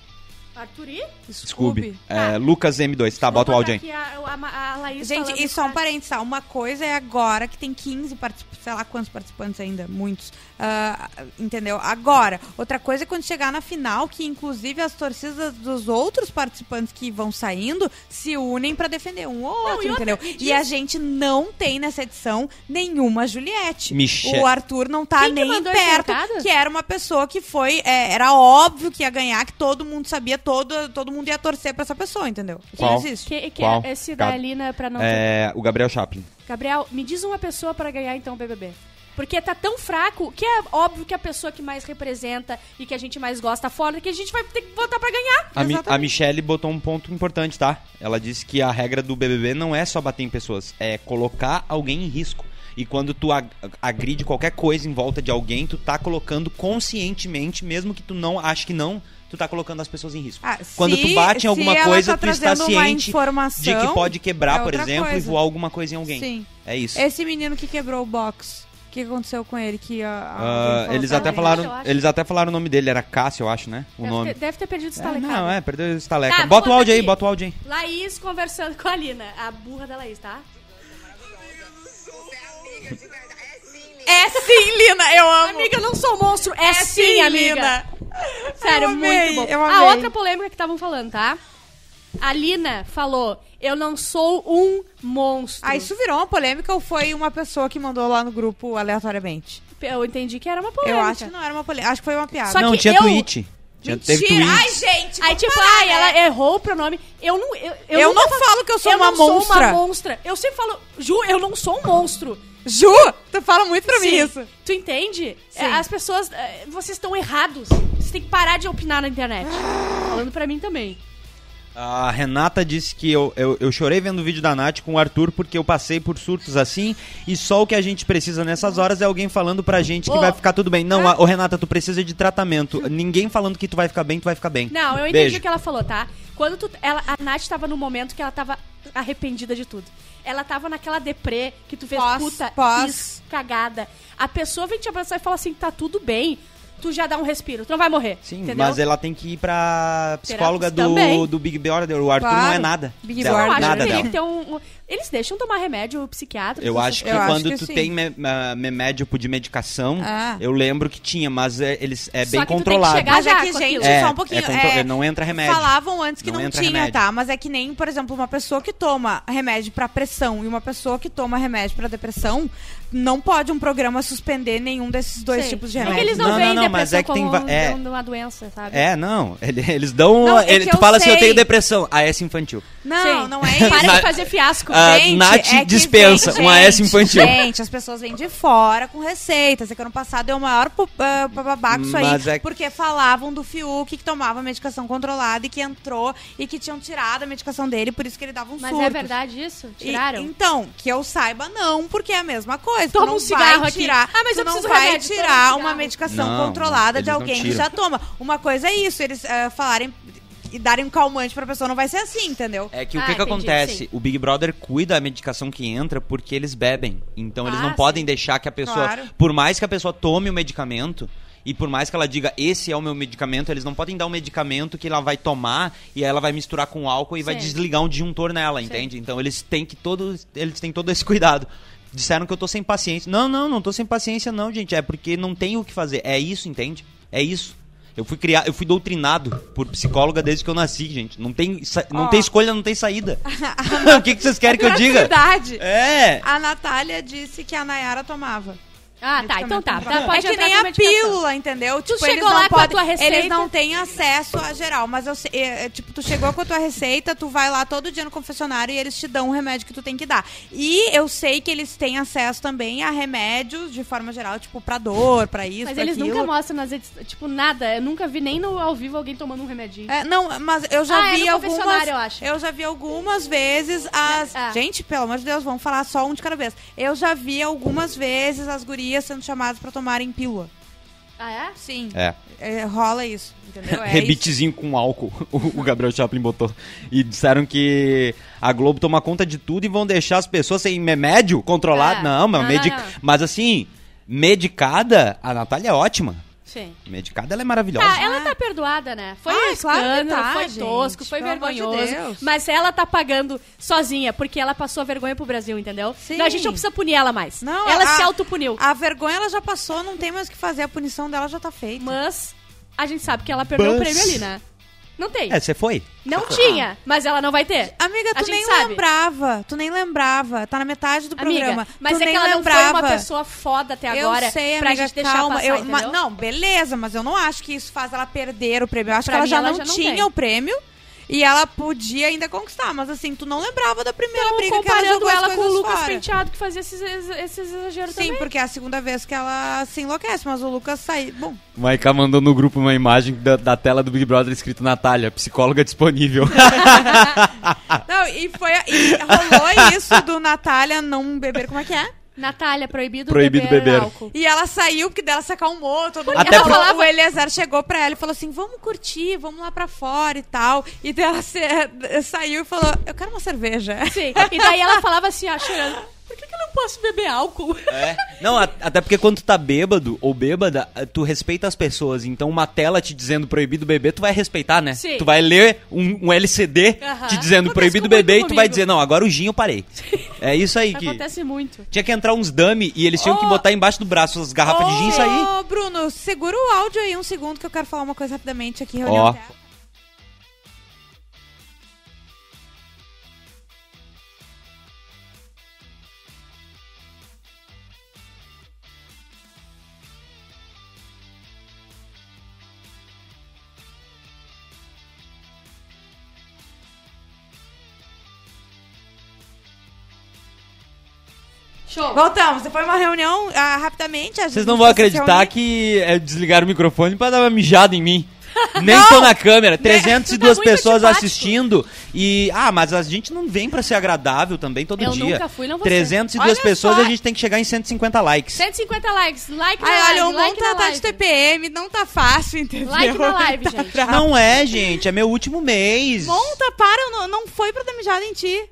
Speaker 3: Arthur e?
Speaker 4: Scooby. É, Lucas M2. Tá,
Speaker 3: Vou
Speaker 4: bota o áudio aí.
Speaker 3: botar aqui a- a- a Laís falando
Speaker 2: Gente, e só um
Speaker 3: pra-
Speaker 2: parênteses, tá? uma coisa é agora que tem 15 participantes, sei lá quantos participantes ainda, muitos. Ah, entendeu? Agora. Outra coisa é quando chegar na final, que inclusive as torcidas dos outros participantes que vão saindo se unem pra defender um ou outro,
Speaker 3: e outra,
Speaker 2: entendeu?
Speaker 3: e
Speaker 2: E a gente não tem nessa edição nenhuma Juliette.
Speaker 4: Michel-
Speaker 2: O Arthur não tá
Speaker 3: Quem que
Speaker 2: nem
Speaker 3: mandou esse
Speaker 2: perto,
Speaker 3: recado?
Speaker 2: que era uma pessoa que foi. é, era óbvio que ia ganhar, que todo mundo sabia, todo, todo mundo ia torcer pra essa pessoa, entendeu? Isso
Speaker 4: Qual?
Speaker 2: não existe.
Speaker 3: Que, que
Speaker 4: Qual?
Speaker 3: é esse
Speaker 4: Cara.
Speaker 3: da Alina pra não.
Speaker 4: É, o Gabriel Chaplin.
Speaker 3: Gabriel, me diz uma pessoa pra ganhar então o BBB. Porque tá tão fraco que é óbvio que a pessoa que mais representa e que a gente mais gosta fora que a gente vai ter que votar pra ganhar.
Speaker 4: A, Mi- a
Speaker 2: Exatamente.
Speaker 4: Michelle botou um ponto importante, tá? Ela disse que a regra do BBB não é só bater em pessoas, é colocar alguém em risco. E quando tu ag- agride qualquer coisa em volta de alguém, tu tá colocando conscientemente, mesmo que tu não ache que não, tu tá colocando as pessoas em risco.
Speaker 2: Ah,
Speaker 4: Quando
Speaker 2: se-
Speaker 4: tu bate em
Speaker 2: se
Speaker 4: alguma
Speaker 2: ela
Speaker 4: coisa,
Speaker 2: tá
Speaker 4: tu está
Speaker 2: trazendo uma
Speaker 4: ciente de que
Speaker 2: informação,
Speaker 4: pode quebrar,
Speaker 2: é
Speaker 4: por
Speaker 2: outra
Speaker 4: exemplo,
Speaker 2: coisa.
Speaker 4: e voar alguma coisa em alguém.
Speaker 2: Sim.
Speaker 4: É isso.
Speaker 2: Esse menino que quebrou o box, o que aconteceu com ele? Que a- a- alguém
Speaker 4: Ah,
Speaker 2: falou
Speaker 4: eles
Speaker 2: pra
Speaker 4: até
Speaker 2: ele?
Speaker 3: eu
Speaker 4: falaram,
Speaker 3: acho.
Speaker 4: eles até falaram o nome dele, era Cássio, eu acho, né? O
Speaker 3: deve,
Speaker 4: nome.
Speaker 3: Ter, deve ter perdido o
Speaker 4: É,
Speaker 3: estalecado.
Speaker 4: não, é, perdeu o estaleca.
Speaker 3: Tá, vou
Speaker 4: Bota o
Speaker 3: botar
Speaker 4: áudio aí,
Speaker 3: aqui.
Speaker 4: bota o áudio aí.
Speaker 3: Laís conversando com a Alina, a burra da Laís, tá?
Speaker 2: É sim, Lina, eu um amo.
Speaker 3: Amiga, eu não sou monstro. É, sim, amiga.
Speaker 2: Lina.
Speaker 3: Sério,
Speaker 2: Eu amei,
Speaker 3: muito bom.
Speaker 2: eu
Speaker 3: a
Speaker 2: amei.
Speaker 3: outra polêmica que estavam falando, tá? A Lina falou, eu não sou um monstro.
Speaker 2: Ah, isso virou uma polêmica ou foi uma pessoa que mandou lá no grupo aleatoriamente?
Speaker 3: Eu entendi que era uma polêmica.
Speaker 2: Eu acho que não era uma polêmica, acho que foi uma piada.
Speaker 3: Só
Speaker 4: não,
Speaker 3: que
Speaker 4: tinha
Speaker 3: eu-
Speaker 4: tweet. Tinha, teve
Speaker 2: Mentira.
Speaker 4: tweet.
Speaker 2: Ai, gente,
Speaker 3: Aí,
Speaker 2: vamos
Speaker 3: tipo,
Speaker 2: parar,
Speaker 3: ai,
Speaker 2: né?
Speaker 3: ela errou o pronome. Eu não. Eu,
Speaker 2: Eu,
Speaker 3: nunca
Speaker 2: não
Speaker 3: fa-
Speaker 2: falo que eu sou
Speaker 3: eu
Speaker 2: uma
Speaker 3: não sou
Speaker 2: monstra.
Speaker 3: uma monstra. Eu sempre falo, Ju, eu não sou um monstro.
Speaker 2: Ju, tu fala muito pra mim
Speaker 3: Sim.
Speaker 2: isso.
Speaker 3: Tu entende? É, As pessoas. é,
Speaker 2: Ah.
Speaker 3: Vocês estão errados. Vocês têm que parar de opinar na internet. Falando pra mim também.
Speaker 4: A Renata disse que eu, eu, eu chorei vendo o vídeo da Nath com o Arthur porque eu passei por surtos assim e só o que a gente precisa nessas horas é alguém falando pra gente que
Speaker 3: Ô. ah.
Speaker 4: vai ficar tudo bem. Não, a- ô Renata, tu precisa de tratamento. Ninguém falando que tu vai ficar bem, tu vai ficar bem.
Speaker 3: Não, eu entendi
Speaker 4: Beijo.
Speaker 3: o que ela falou, tá? Quando tu, ela, a Nath tava no momento que ela tava arrependida de tudo. Ela tava naquela deprê que tu fez
Speaker 2: Pós,
Speaker 3: puta,
Speaker 2: pós.
Speaker 3: fiz cagada. A pessoa vem te abraçar e fala assim, tá tudo bem. Tu já dá um respiro, tu não vai morrer.
Speaker 4: Sim,
Speaker 3: entendeu?
Speaker 4: mas ela tem que ir pra psicóloga do,
Speaker 3: Também.
Speaker 4: do Big Brother. O Arthur
Speaker 2: Claro.
Speaker 4: não é nada.
Speaker 2: Big
Speaker 4: dela,
Speaker 3: Eu
Speaker 2: Brother.
Speaker 3: acho
Speaker 4: nada
Speaker 3: que teria
Speaker 4: dela.
Speaker 3: que ter um, um- Eles deixam tomar remédio psiquiátrico.
Speaker 4: Eu acho que
Speaker 2: Eu acho
Speaker 4: quando
Speaker 2: que
Speaker 4: tu
Speaker 2: sim.
Speaker 4: tem me- ah, remédio tipo, de medicação,
Speaker 2: Ah.
Speaker 4: eu lembro que tinha, mas é, eles é
Speaker 3: Só que tu
Speaker 4: bem
Speaker 3: tem que
Speaker 4: controlado.
Speaker 3: chegar
Speaker 2: Mas é
Speaker 3: já
Speaker 2: que,
Speaker 3: com
Speaker 2: gente,
Speaker 3: aquilo.
Speaker 4: É,
Speaker 2: só um pouquinho.
Speaker 4: é contro-
Speaker 2: é,
Speaker 4: não entra remédio.
Speaker 2: Falavam antes que
Speaker 4: Não
Speaker 2: não,
Speaker 4: entra
Speaker 2: tinha,
Speaker 4: remédio.
Speaker 2: tá? Mas é que nem, por exemplo, uma pessoa que toma remédio pra pressão e uma pessoa que toma remédio pra depressão, não pode um programa suspender nenhum desses dois
Speaker 3: Sei.
Speaker 2: tipos de
Speaker 3: É
Speaker 2: remédio.
Speaker 3: que eles não,
Speaker 4: Não, não,
Speaker 3: veem
Speaker 4: não,
Speaker 3: depressão
Speaker 4: mas é que tem
Speaker 3: como um,
Speaker 4: va- é.
Speaker 3: uma doença, sabe?
Speaker 4: É, não. ele- eles dão.
Speaker 2: Não, é
Speaker 4: ele-
Speaker 2: que
Speaker 4: tu
Speaker 2: eu
Speaker 4: fala assim, eu
Speaker 2: sei.
Speaker 4: tenho depressão. AS infantil.
Speaker 2: Não,
Speaker 3: Sim.
Speaker 2: não é isso.
Speaker 3: Para
Speaker 4: Na-
Speaker 3: de fazer fiasco.
Speaker 4: Ah,
Speaker 2: Gente,
Speaker 4: Nath
Speaker 2: é que
Speaker 4: dispensa
Speaker 2: vem-
Speaker 4: um AS infantil.
Speaker 2: Gente, as pessoas vêm de fora com receitas. É que ano passado deu o maior pu- ah, babaco isso
Speaker 4: Mas
Speaker 2: aí.
Speaker 4: é-
Speaker 2: Porque falavam do Fiuk que tomava medicação controlada e que entrou e que tinham tirado a medicação dele, por isso que ele dava um
Speaker 3: Mas
Speaker 2: surto.
Speaker 3: é verdade isso?
Speaker 2: E-
Speaker 3: Tiraram?
Speaker 2: então, que eu saiba, não, porque é a mesma coisa.
Speaker 3: Toma
Speaker 2: tu não
Speaker 3: um cigarro
Speaker 2: vai
Speaker 3: aqui.
Speaker 2: tirar,
Speaker 3: Ah, mas
Speaker 2: tu
Speaker 3: eu
Speaker 2: não
Speaker 3: preciso de
Speaker 2: vai
Speaker 3: remédio, toma um
Speaker 2: tirar
Speaker 3: cigarro.
Speaker 2: uma medicação
Speaker 4: Não,
Speaker 2: controlada de
Speaker 4: eles não
Speaker 2: alguém que
Speaker 4: tiram.
Speaker 2: já toma. Uma coisa é isso, eles ah, falarem e darem um calmante pra pessoa, não vai ser assim, entendeu?
Speaker 4: É que o
Speaker 3: Ah,
Speaker 4: que, que
Speaker 3: entendi,
Speaker 4: acontece?
Speaker 3: sim.
Speaker 4: O Big Brother cuida da medicação que entra porque eles bebem. Então eles
Speaker 3: Ah,
Speaker 4: não
Speaker 3: sim.
Speaker 4: podem deixar que a pessoa.
Speaker 2: Claro.
Speaker 4: Por mais que a pessoa tome o medicamento. E por mais que ela diga, esse é o meu medicamento, eles não podem dar um medicamento que ela vai tomar e ela vai misturar com álcool e vai
Speaker 3: Sim.
Speaker 4: desligar um disjuntor nela, entende? Então eles têm que todos, eles têm todo esse cuidado. Disseram que eu tô sem paciência. Não, não, não tô sem paciência não, gente, é porque não tem o que fazer. É isso, entende? É isso. Eu fui criar, eu fui doutrinado por psicóloga desde que eu nasci, gente. Não tem, sa- não
Speaker 2: Ó.
Speaker 4: tem escolha, não tem saída. o que, que vocês querem É que eu diga?
Speaker 2: Verdade.
Speaker 4: É.
Speaker 2: A Natália disse que a Nayara tomava.
Speaker 3: Ah, tá. Então tá. tá
Speaker 2: é
Speaker 3: pode
Speaker 2: que
Speaker 3: entrar
Speaker 2: nem
Speaker 3: com
Speaker 2: a
Speaker 3: medicação.
Speaker 2: pílula, entendeu?
Speaker 3: Tu
Speaker 2: tipo,
Speaker 3: chegou
Speaker 2: eles não
Speaker 3: lá com a
Speaker 2: podem-
Speaker 3: tua receita?
Speaker 2: Eles não têm acesso a geral, mas eu sei, é, é, tipo, tu chegou com a tua receita, tu vai lá todo dia no confessionário e eles te dão o remédio que tu tem que dar. E eu sei que eles têm acesso também a remédios de forma geral, tipo, pra dor, pra isso,
Speaker 3: Mas
Speaker 2: pra
Speaker 3: eles
Speaker 2: aquilo.
Speaker 3: nunca mostram nas edições. Tipo, nada. Eu nunca vi nem no ao vivo alguém tomando um remedinho.
Speaker 2: É, não, mas eu já
Speaker 3: Ah, é,
Speaker 2: vi
Speaker 3: no
Speaker 2: algumas.
Speaker 3: confessionário, eu acho.
Speaker 2: já vi algumas vezes as.
Speaker 3: Ah.
Speaker 2: Gente, pelo amor de Deus, vamos falar só um de cada vez. Eu já vi algumas vezes as gurias sendo chamadas pra tomarem pílula.
Speaker 3: Ah, é?
Speaker 2: Sim.
Speaker 4: É.
Speaker 2: É, rola isso, entendeu? É
Speaker 4: Rebitezinho com álcool, o o Gabriel Chaplin botou. E disseram que a Globo toma conta de tudo e vão deixar as pessoas sem remédio controlado.
Speaker 3: É.
Speaker 4: Não, mas,
Speaker 3: Não,
Speaker 4: medi-
Speaker 3: não, não.
Speaker 4: mas assim, medicada, a Natália é ótima.
Speaker 3: Sim.
Speaker 4: Medicada, ela é maravilhosa.
Speaker 3: Tá, ela tá perdoada, né? Foi
Speaker 2: Ah,
Speaker 3: um
Speaker 2: é claro que
Speaker 3: escândalo,
Speaker 2: tá,
Speaker 3: foi
Speaker 2: gente,
Speaker 3: tosco, foi
Speaker 2: pelo amor de
Speaker 3: vergonhoso.
Speaker 2: Deus.
Speaker 3: mas ela tá pagando sozinha, porque ela passou vergonha pro Brasil, entendeu?
Speaker 2: Sim.
Speaker 3: Não, a gente não precisa punir ela mais.
Speaker 2: Não,
Speaker 3: ela
Speaker 2: a-
Speaker 3: se autopuniu.
Speaker 2: A vergonha ela já passou, não tem mais o que fazer, a punição dela já tá feita.
Speaker 3: Mas a gente sabe que ela perdeu o
Speaker 4: Mas-
Speaker 3: prêmio ali, né? Não tem.
Speaker 4: É, você foi.
Speaker 3: Não
Speaker 5: ah.
Speaker 3: tinha, mas ela não vai ter.
Speaker 2: Amiga,
Speaker 3: A
Speaker 2: tu
Speaker 3: gente
Speaker 2: nem
Speaker 3: sabe.
Speaker 2: lembrava. Tu nem lembrava. Tá na metade do
Speaker 3: Amiga,
Speaker 2: programa.
Speaker 3: mas
Speaker 2: tu
Speaker 3: é que
Speaker 2: nem
Speaker 3: ela não
Speaker 2: lembrava.
Speaker 3: foi uma pessoa foda até agora
Speaker 2: eu sei,
Speaker 3: pra
Speaker 2: amiga,
Speaker 3: gente deixar
Speaker 2: calma.
Speaker 3: passar,
Speaker 2: eu,
Speaker 3: entendeu?
Speaker 2: ma- não, beleza, mas eu não acho que isso faz ela perder o prêmio. Eu acho
Speaker 3: Pra
Speaker 2: que ela
Speaker 3: mim,
Speaker 2: já
Speaker 3: ela
Speaker 2: não
Speaker 3: já não
Speaker 2: tinha
Speaker 3: tem.
Speaker 2: o prêmio e ela podia ainda conquistar. Mas assim, tu não lembrava da primeira
Speaker 3: Então,
Speaker 2: briga que ela
Speaker 3: comparando
Speaker 2: jogou as
Speaker 3: ela com o
Speaker 2: coisas
Speaker 3: Lucas
Speaker 2: fora.
Speaker 3: Penteado, que fazia esses, esses exageros
Speaker 2: Sim,
Speaker 3: também.
Speaker 2: porque é a segunda vez que ela se enlouquece, mas o Lucas saiu. Bom,
Speaker 5: Maiká mandou no grupo uma imagem da, da tela do Big Brother escrito Natália, psicóloga disponível.
Speaker 2: Não, e foi. E rolou isso do Natália não beber, como é que é?
Speaker 3: Natália, proibido,
Speaker 5: Proibido beber.
Speaker 3: álcool.
Speaker 2: E ela saiu, porque dela se acalmou, todo mundo.
Speaker 4: Até
Speaker 2: Ela
Speaker 4: pro-
Speaker 2: falava- O Eliezer chegou pra ela e falou assim: vamos curtir, vamos lá pra fora e tal. E daí ela se- saiu e falou: eu quero uma cerveja.
Speaker 3: Sim. E daí ela falava assim, ó, chorando, por que, que eu não posso beber álcool?
Speaker 4: É. Não, a- até porque quando tu tá bêbado ou bêbada, tu respeita as pessoas. Então uma tela te dizendo proibido beber, tu vai respeitar, né?
Speaker 3: Sim.
Speaker 4: Tu vai ler um, um LCD
Speaker 3: Aham.
Speaker 4: te dizendo
Speaker 3: Acontece
Speaker 4: proibido
Speaker 3: com muito
Speaker 4: beber e tu vai
Speaker 3: comigo.
Speaker 4: dizer, não, agora o gin eu parei. É isso aí que...
Speaker 3: Acontece Oh. muito.
Speaker 4: Tinha que entrar uns dummy e eles tinham que
Speaker 2: Ô.
Speaker 4: botar embaixo do braço as garrafas de gin e sair.
Speaker 2: Ô, Bruno, segura o áudio aí um segundo que eu quero falar uma coisa rapidamente aqui, reunião
Speaker 4: Ó.
Speaker 2: interna.
Speaker 3: Show.
Speaker 2: Voltamos, depois de uma reunião ah, rapidamente. a
Speaker 4: Vocês
Speaker 2: gente
Speaker 4: não vão
Speaker 2: vai se
Speaker 4: acreditar
Speaker 2: reunir.
Speaker 4: que é, desligaram o microfone pra dar uma mijada em mim. Nem tô na câmera. 302
Speaker 3: Né? muito
Speaker 4: pessoas
Speaker 3: antipático.
Speaker 4: assistindo. E. Ah, mas a gente não vem pra ser agradável também todo
Speaker 3: Eu
Speaker 4: dia.
Speaker 3: nunca fui, não vou ser.
Speaker 4: 302
Speaker 2: Olha
Speaker 4: pessoas
Speaker 2: só.
Speaker 4: e a gente tem que chegar em 150 likes.
Speaker 3: 150 likes, like na
Speaker 2: Ai,
Speaker 3: live,
Speaker 2: olha, um bom
Speaker 3: like na
Speaker 2: tratar
Speaker 3: live.
Speaker 2: de TPM não tá fácil, entendeu?
Speaker 3: Like na live,
Speaker 2: Tá
Speaker 3: gente.
Speaker 2: bravo.
Speaker 4: Não é, gente. É meu último mês.
Speaker 2: Monta, para, eu não, não foi pra dar mijada em ti.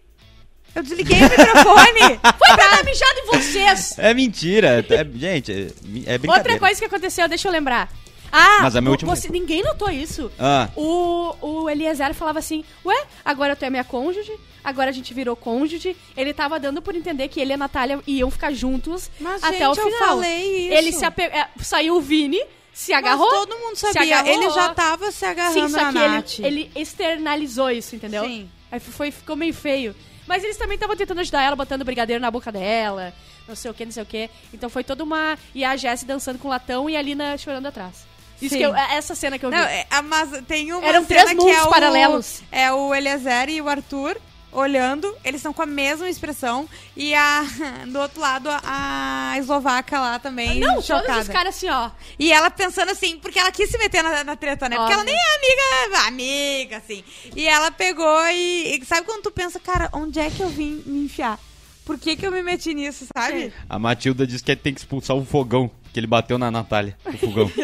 Speaker 2: Eu desliguei o microfone.
Speaker 3: Foi pra dar mijado em vocês!
Speaker 4: É mentira. É- gente, é, é brincadeira.
Speaker 3: Outra coisa que aconteceu, deixa eu lembrar. Ah,
Speaker 4: Mas é meu
Speaker 3: vo-
Speaker 4: último
Speaker 3: você- ninguém notou isso.
Speaker 4: Ah.
Speaker 3: O, o Eliezer falava assim, ué, agora tu é minha cônjuge, agora a gente virou cônjuge. Ele tava dando por entender que ele e a Natália iam ficar juntos
Speaker 2: Mas,
Speaker 3: até
Speaker 2: gente,
Speaker 3: o
Speaker 2: eu
Speaker 3: final.
Speaker 2: falei isso.
Speaker 3: Ele se ape... é, Saiu o Vini, se
Speaker 2: Mas
Speaker 3: agarrou.
Speaker 2: todo mundo
Speaker 3: se
Speaker 2: sabia.
Speaker 3: agarrou.
Speaker 2: Ele já tava se
Speaker 3: Sim,
Speaker 2: agarrando
Speaker 3: só
Speaker 2: na
Speaker 3: que
Speaker 2: Nath.
Speaker 3: ele, ele externalizou isso, entendeu?
Speaker 2: Sim.
Speaker 3: Aí foi, ficou meio feio. Mas eles também estavam tentando ajudar ela, botando brigadeiro na boca dela, não sei o que, não sei o que. Então foi toda uma. E a Jessie dançando com latão e a Lina chorando atrás. Isso
Speaker 2: Sim.
Speaker 3: que eu- é essa cena que eu vi.
Speaker 2: Não, é, a- mas tem uma
Speaker 3: Eram
Speaker 2: cena
Speaker 3: três
Speaker 2: que
Speaker 3: mundos
Speaker 2: é o,
Speaker 3: paralelos.
Speaker 2: É o Eliezer e o Arthur olhando, eles estão com a mesma expressão. E a, do outro lado, a eslovaca lá também.
Speaker 3: não,
Speaker 2: chocada.
Speaker 3: todos os caras assim, ó.
Speaker 2: E ela pensando assim, porque ela quis se meter na, na treta, né? Porque ela
Speaker 3: Óbvio.
Speaker 2: nem é amiga, amiga, assim. E ela pegou e, e Sabe quando tu pensa, cara, onde é que eu vim me enfiar? Por que, que eu me meti nisso, sabe?
Speaker 4: A Matilda disse que tem que expulsar o fogão. Que ele bateu na Natália, o fogão.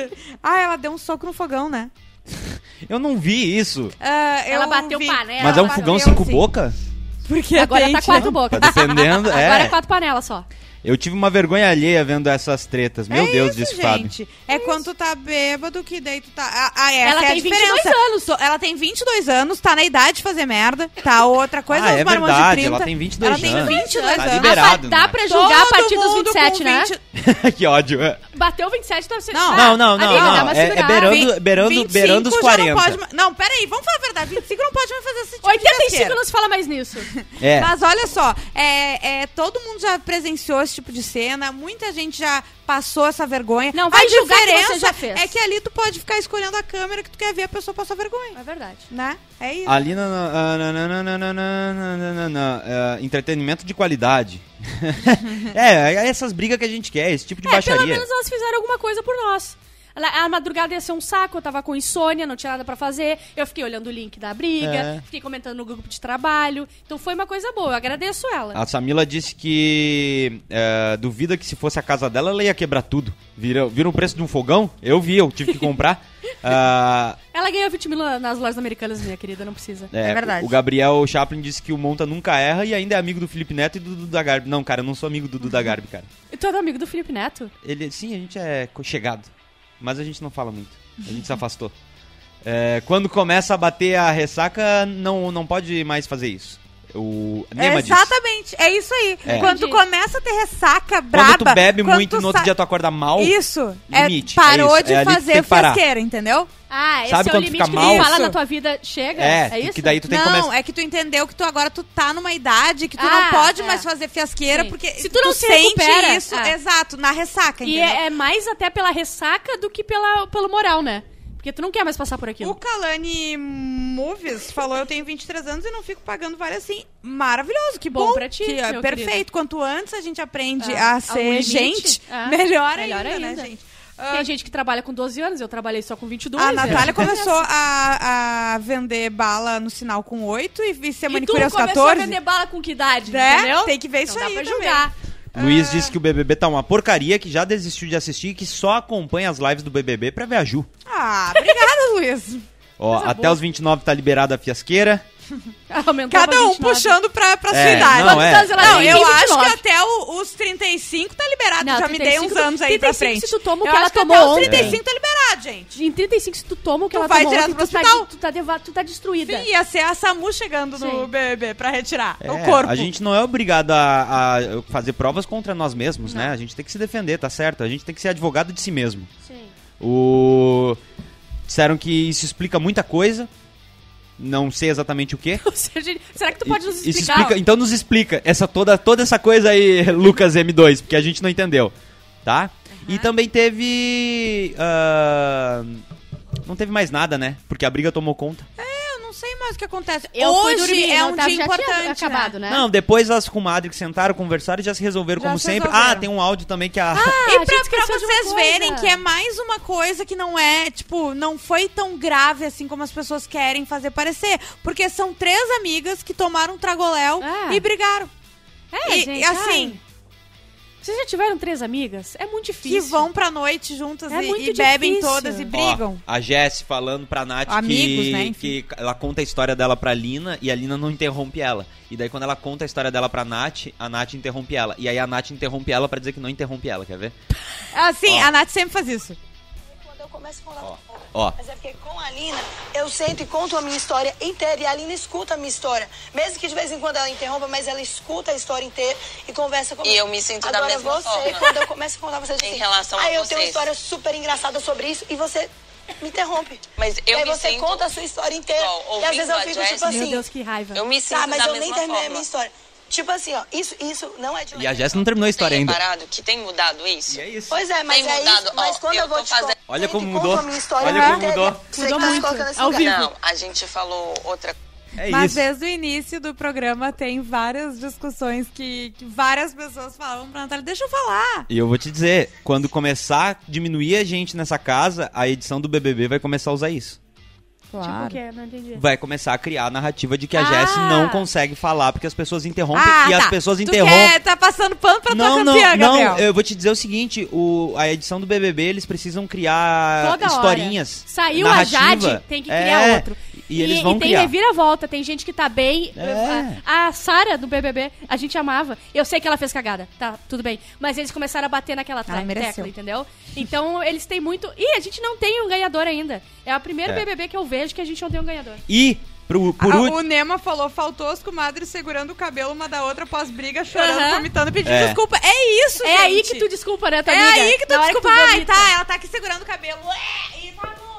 Speaker 2: Ah, ela deu um soco no fogão, né?
Speaker 4: eu não vi isso.
Speaker 2: Ah,
Speaker 3: Ela
Speaker 2: eu
Speaker 3: bateu
Speaker 2: vi.
Speaker 3: panela.
Speaker 4: Mas é um
Speaker 3: bateu-
Speaker 4: fogão
Speaker 2: eu
Speaker 4: cinco
Speaker 2: sim.
Speaker 4: boca?
Speaker 2: Porque
Speaker 3: Agora tá
Speaker 2: atende,
Speaker 3: quatro
Speaker 2: né?
Speaker 3: bocas.
Speaker 4: Tá dependendo, é.
Speaker 3: Agora é quatro panelas só.
Speaker 4: Eu tive uma vergonha alheia vendo essas tretas. Meu
Speaker 2: É
Speaker 4: Deus,
Speaker 2: isso,
Speaker 4: disse Fábio.
Speaker 2: gente. É quando tu tá bêbado que daí tu tá. Ah, ah, essa
Speaker 3: Ela
Speaker 2: é a
Speaker 3: tem 22
Speaker 2: diferença.
Speaker 3: anos.
Speaker 2: So- Ela tem 22 anos, tá na idade de fazer merda, tá outra coisa,
Speaker 4: Ah,
Speaker 2: os
Speaker 4: é
Speaker 2: mormões de
Speaker 4: verdade,
Speaker 2: 30.
Speaker 4: ela tem 22
Speaker 2: Ela tem
Speaker 4: anos.
Speaker 2: 22
Speaker 4: Tá
Speaker 2: anos.
Speaker 4: liberado.
Speaker 3: Ah, dá
Speaker 4: né?
Speaker 3: pra julgar a partir dos
Speaker 2: mundo com
Speaker 3: 27, né?
Speaker 2: 20
Speaker 4: que ódio. é.
Speaker 3: Bateu 27, tá você.
Speaker 2: Não.
Speaker 3: Ah,
Speaker 4: Não, não, não,
Speaker 3: amiga,
Speaker 4: não.
Speaker 3: dá uma
Speaker 4: É- é
Speaker 3: segurada.
Speaker 4: beirando-
Speaker 2: Vi-
Speaker 4: beirando-
Speaker 2: 25
Speaker 4: beirando os
Speaker 2: já
Speaker 4: 40.
Speaker 2: Não, pode, mais- não, peraí, vamos falar a verdade. 25 não pode mais fazer esse tipo de
Speaker 3: 85
Speaker 2: besteira.
Speaker 3: não se fala mais nisso.
Speaker 4: É.
Speaker 2: Mas olha só, é, é, todo mundo já presenciou esse tipo de cena, muita gente já passou essa vergonha.
Speaker 3: Não, vai
Speaker 2: a
Speaker 3: julgar que você
Speaker 2: diferença
Speaker 3: já fez.
Speaker 2: é que ali tu pode ficar escolhendo a câmera que tu quer ver a pessoa passar vergonha,
Speaker 3: É verdade.
Speaker 2: né? É isso.
Speaker 4: Ali ah, na, na- na- na- na- na- na- na- na- na- na- é, entretenimento de qualidade. é, é essas brigas que a gente quer, esse tipo de
Speaker 3: É, pelo
Speaker 4: baixaria.
Speaker 3: menos elas fizeram alguma coisa por nós. Ela- A madrugada ia ser um saco, eu tava com insônia, não tinha nada pra fazer. Eu fiquei olhando o link da briga,
Speaker 4: É.
Speaker 3: fiquei comentando no grupo de trabalho. Então foi uma coisa boa, eu agradeço ela.
Speaker 4: A Samila disse que é, duvida que se fosse a casa dela, ela ia quebrar tudo. Viram, viram o preço de um fogão? Eu vi, eu tive que comprar. Ah,
Speaker 3: Ela ganhou 20 mil na- nas lojas americanas, minha querida, não precisa.
Speaker 4: é,
Speaker 2: É verdade.
Speaker 4: O Gabriel Chaplin disse que o Monta nunca erra e ainda é amigo do Felipe Neto e do Duda Garbi. Não, cara, eu não sou amigo do Duda Garbi, cara.
Speaker 3: E tu era amigo do Felipe Neto?
Speaker 4: Ele, sim, a gente é co- chegado, mas a gente não fala muito. A gente se afastou. É, quando começa a bater a ressaca, não, não pode mais fazer isso. O Nema
Speaker 2: É,
Speaker 4: disse.
Speaker 2: exatamente, é isso aí.
Speaker 4: É.
Speaker 2: Quando tu
Speaker 3: Entendi.
Speaker 2: começa a ter ressaca braba...
Speaker 4: Quando tu bebe
Speaker 2: quando
Speaker 4: muito
Speaker 2: tu
Speaker 4: e no outro
Speaker 2: sa-
Speaker 4: dia tu acorda mal,
Speaker 2: Isso,
Speaker 4: Limite,
Speaker 2: é, parou
Speaker 4: é isso,
Speaker 2: de
Speaker 4: é ali que
Speaker 2: fazer
Speaker 4: tem que parar.
Speaker 2: fresqueira, entendeu?
Speaker 3: Ah, esse
Speaker 4: Sabe
Speaker 3: é o
Speaker 4: quando
Speaker 3: limite
Speaker 4: fica
Speaker 3: que
Speaker 4: mal?
Speaker 3: tu fala
Speaker 2: Isso.
Speaker 3: na tua vida, chega?
Speaker 4: É,
Speaker 3: É, isso?
Speaker 4: que daí tu tem que
Speaker 2: não,
Speaker 4: começar.
Speaker 2: é que tu entendeu que tu agora tu tá numa idade que tu
Speaker 3: Ah,
Speaker 2: não pode
Speaker 3: é.
Speaker 2: mais fazer fiasqueira,
Speaker 3: Sim.
Speaker 2: porque
Speaker 3: Se tu não se
Speaker 2: sente
Speaker 3: recupera,
Speaker 2: isso,
Speaker 3: ah.
Speaker 2: exato, na ressaca,
Speaker 3: E
Speaker 2: entendeu?
Speaker 3: é, é mais até pela ressaca do que pela, pelo moral, né? Porque tu não quer mais passar por
Speaker 2: O
Speaker 3: aquilo.
Speaker 2: Kalani Movies falou: Eu tenho 23 anos e não fico pagando vale assim. Maravilhoso, que
Speaker 3: Bom
Speaker 2: bom.
Speaker 3: pra ti,
Speaker 2: que é
Speaker 3: meu
Speaker 2: perfeito.
Speaker 3: querido.
Speaker 2: Quanto antes a gente aprende
Speaker 3: Ah,
Speaker 2: a
Speaker 3: ao
Speaker 2: ser
Speaker 3: limite,
Speaker 2: gente,
Speaker 3: ah,
Speaker 2: melhor,
Speaker 3: melhor
Speaker 2: ainda,
Speaker 3: ainda.
Speaker 2: né, gente?
Speaker 3: Tem gente que trabalha com 12 anos, eu trabalhei só com 22.
Speaker 2: A
Speaker 3: né?
Speaker 2: Ah, Natália começou a, a vender bala no sinal com 8 e, e ser
Speaker 3: E tu
Speaker 2: manicure aos
Speaker 3: começou
Speaker 2: 14.
Speaker 3: a vender bala com que idade,
Speaker 2: né?
Speaker 3: entendeu?
Speaker 2: Tem que ver
Speaker 3: Não
Speaker 2: isso
Speaker 3: dá
Speaker 2: aí
Speaker 3: pra
Speaker 2: também.
Speaker 3: julgar.
Speaker 2: é, ah.
Speaker 4: Luiz disse que o BBB tá uma porcaria, que já desistiu de assistir e que só acompanha as lives do BBB pra ver a Ju.
Speaker 2: Ah, obrigada, Luiz.
Speaker 4: Ó,
Speaker 3: Coisa
Speaker 4: até
Speaker 3: boa.
Speaker 4: os 29 tá liberada a fiasqueira.
Speaker 3: Aumentou
Speaker 2: Cada
Speaker 3: pra
Speaker 2: um
Speaker 3: 29.
Speaker 2: puxando pra, pra sua
Speaker 4: É,
Speaker 2: idade.
Speaker 4: não, é.
Speaker 3: anos ela
Speaker 2: Não,
Speaker 3: tem?
Speaker 2: eu
Speaker 3: 15,
Speaker 2: acho
Speaker 3: 29.
Speaker 2: que até o- os 35 tá liberado.
Speaker 3: Não,
Speaker 2: Já me dei
Speaker 3: 35
Speaker 2: uns anos aí
Speaker 3: 35
Speaker 2: pra frente.
Speaker 3: se tu toma o
Speaker 2: Eu
Speaker 3: que ela
Speaker 2: acho
Speaker 3: tomou
Speaker 2: até os
Speaker 3: ontem.
Speaker 2: 35 tá liberado, gente.
Speaker 3: Em 35, se tu toma o que
Speaker 2: Tu
Speaker 3: ela
Speaker 2: vai
Speaker 3: tomou,
Speaker 2: direto
Speaker 3: ontem,
Speaker 2: pro
Speaker 3: tu, tá,
Speaker 2: hospital.
Speaker 3: de- tu, tá deva- tu tá destruída.
Speaker 2: Sim, ia ser a Samu chegando
Speaker 3: Sim.
Speaker 2: no BBB pra retirar
Speaker 4: É,
Speaker 2: o corpo.
Speaker 4: A gente não é obrigado a, a fazer provas contra nós mesmos, né? A gente tem que se defender, tá certo? A gente tem que ser advogado de si mesmo.
Speaker 3: Sim.
Speaker 4: O... Disseram que isso explica muita coisa. Não sei exatamente o que.
Speaker 3: Ou seja, será que tu pode nos
Speaker 4: Isso
Speaker 3: explicar?
Speaker 4: explica- então nos explica essa toda, toda essa coisa aí, Lucas M2, porque a gente não entendeu, tá? E também teve... ah, não teve mais nada, né? Porque a briga tomou conta.
Speaker 2: Eu não sei mais coisa que acontece.
Speaker 3: Eu fui
Speaker 2: Hoje
Speaker 3: dormir,
Speaker 2: é
Speaker 3: não,
Speaker 2: um
Speaker 3: tava-
Speaker 2: dia
Speaker 3: já tinha
Speaker 2: importante.
Speaker 3: acabado, né?
Speaker 4: Não, depois as comadres que sentaram, conversaram e já se resolveram
Speaker 2: Já
Speaker 4: como
Speaker 2: se
Speaker 4: sempre.
Speaker 2: resolveram.
Speaker 4: Ah, tem um áudio também que a.
Speaker 3: Ah, a
Speaker 2: E
Speaker 3: gente
Speaker 2: pra, pra
Speaker 3: esqueceu de uma
Speaker 2: vocês
Speaker 3: coisa.
Speaker 2: verem que é mais uma coisa que não é, tipo, não foi tão grave assim como as pessoas querem fazer parecer. Porque são três amigas que tomaram um tragoléu
Speaker 3: Ah.
Speaker 2: e brigaram.
Speaker 3: É,
Speaker 2: e,
Speaker 3: gente,
Speaker 2: e assim,
Speaker 3: ai. Vocês já tiveram três amigas? É muito
Speaker 2: que
Speaker 3: difícil.
Speaker 2: vão pra noite juntas
Speaker 3: É
Speaker 2: e,
Speaker 3: muito
Speaker 2: e bebem
Speaker 3: difícil.
Speaker 2: todas e
Speaker 3: Ó,
Speaker 2: brigam.
Speaker 4: Ó, a Jess falando pra Nath
Speaker 2: Amigos,
Speaker 4: que,
Speaker 2: né, enfim.
Speaker 4: que ela conta a história dela pra Lina e a Lina não interrompe ela. E daí quando ela conta a história dela pra Nath, a Nath interrompe ela. E aí a Nath interrompe ela pra dizer que não interrompe ela, quer ver?
Speaker 2: Assim,
Speaker 4: Ó.
Speaker 2: a Nath sempre faz isso.
Speaker 9: Quando eu começo a falar
Speaker 4: Ó,
Speaker 9: com ela.
Speaker 4: ó.
Speaker 9: Mas é porque com a Lina, eu sento e conto a minha história inteira. E a Lina escuta a minha história. Mesmo que de vez em quando ela interrompa, mas ela escuta a história inteira e conversa comigo.
Speaker 10: E eu me sinto da
Speaker 9: Agora
Speaker 10: mesma
Speaker 9: você,
Speaker 10: forma.
Speaker 9: quando eu começo a contar, você diz
Speaker 10: Em
Speaker 9: assim,
Speaker 10: relação a
Speaker 9: Aí eu tenho uma
Speaker 10: vocês.
Speaker 9: história super engraçada sobre isso e você... Me interrompe.
Speaker 10: Mas eu
Speaker 9: e aí
Speaker 10: me
Speaker 9: você
Speaker 10: sinto-
Speaker 9: conta a sua história inteira.
Speaker 10: Igual,
Speaker 9: e às
Speaker 10: ouvindo
Speaker 9: vezes eu
Speaker 10: a
Speaker 9: fico
Speaker 10: Jess-
Speaker 9: tipo assim.
Speaker 3: Meu Deus, que raiva.
Speaker 10: Eu me sinto
Speaker 9: tá, mas
Speaker 10: da
Speaker 9: eu nem
Speaker 10: mesma
Speaker 9: terminei a
Speaker 10: forma.
Speaker 9: minha história. Tipo assim, ó, isso, isso não é de
Speaker 4: E a
Speaker 9: legal.
Speaker 4: Jess não terminou a história
Speaker 10: tem
Speaker 4: ainda.
Speaker 10: reparado que tem mudado isso?
Speaker 4: E é isso.
Speaker 9: Pois é, mas
Speaker 10: Tem
Speaker 9: é
Speaker 10: mudado,
Speaker 9: isso. Mas
Speaker 10: ó,
Speaker 9: quando eu,
Speaker 10: eu
Speaker 9: vou
Speaker 10: tô
Speaker 9: te
Speaker 10: fazendo-
Speaker 9: contar,
Speaker 4: Olha como
Speaker 9: sempre conta
Speaker 4: mudou.
Speaker 9: a minha história
Speaker 4: Olha como
Speaker 9: inteira.
Speaker 4: mudou.
Speaker 9: Você
Speaker 3: Mudou
Speaker 9: tá se
Speaker 3: muito.
Speaker 9: colocando nesse
Speaker 3: Ao
Speaker 9: lugar.
Speaker 3: vivo.
Speaker 10: Não, a gente falou outra coisa.
Speaker 4: É
Speaker 2: Mas
Speaker 4: isso.
Speaker 2: desde o início do programa tem várias discussões que, que várias pessoas falavam pra Natália, deixa eu falar.
Speaker 4: E eu vou te dizer, quando começar a diminuir a gente nessa casa, a edição do BBB vai começar a usar isso.
Speaker 3: Tipo o quê?
Speaker 2: né?
Speaker 3: Não entendi.
Speaker 4: Vai começar a criar a narrativa de que a
Speaker 3: Ah.
Speaker 4: Jess não consegue falar porque as pessoas interrompem e as pessoas
Speaker 2: Ah, tá. tu
Speaker 4: interrompem.
Speaker 2: quer, tá passando pano pra tua
Speaker 4: Não, não,
Speaker 2: campeã, Gabriel.
Speaker 4: não, eu vou te dizer o seguinte, o, a edição do BBB, eles precisam criar
Speaker 3: Toda
Speaker 4: historinhas.
Speaker 3: hora. Saiu
Speaker 4: narrativa.
Speaker 3: a Jade, tem que criar
Speaker 4: É,
Speaker 3: outro.
Speaker 4: E eles vão
Speaker 3: tem
Speaker 4: criar.
Speaker 3: reviravolta, tem gente que tá bem.
Speaker 4: É.
Speaker 3: A, a Sara do BBB, a gente amava. Eu sei que ela fez cagada, tá, tudo bem. Mas eles começaram a bater naquela
Speaker 2: Ela
Speaker 3: tre-
Speaker 2: mereceu.
Speaker 3: tecla, entendeu? Então eles têm muito. Ih, a gente não tem um ganhador ainda. É o primeiro
Speaker 4: É.
Speaker 3: BBB que eu vejo que a gente não tem um ganhador.
Speaker 4: E, pro, por
Speaker 2: Ah,
Speaker 4: último...
Speaker 2: O Nema falou, faltou as comadres segurando o cabelo uma da outra após briga, chorando,
Speaker 3: Aham.
Speaker 2: vomitando, pedindo
Speaker 4: É.
Speaker 2: desculpa. É isso,
Speaker 3: É
Speaker 2: gente.
Speaker 3: aí que tu desculpa, né, tua
Speaker 2: É
Speaker 3: amiga?
Speaker 2: aí que tu
Speaker 3: Na hora
Speaker 2: desculpa. Ai,
Speaker 3: vomita.
Speaker 2: tá, ela tá aqui segurando o cabelo. Ué, e tá bom.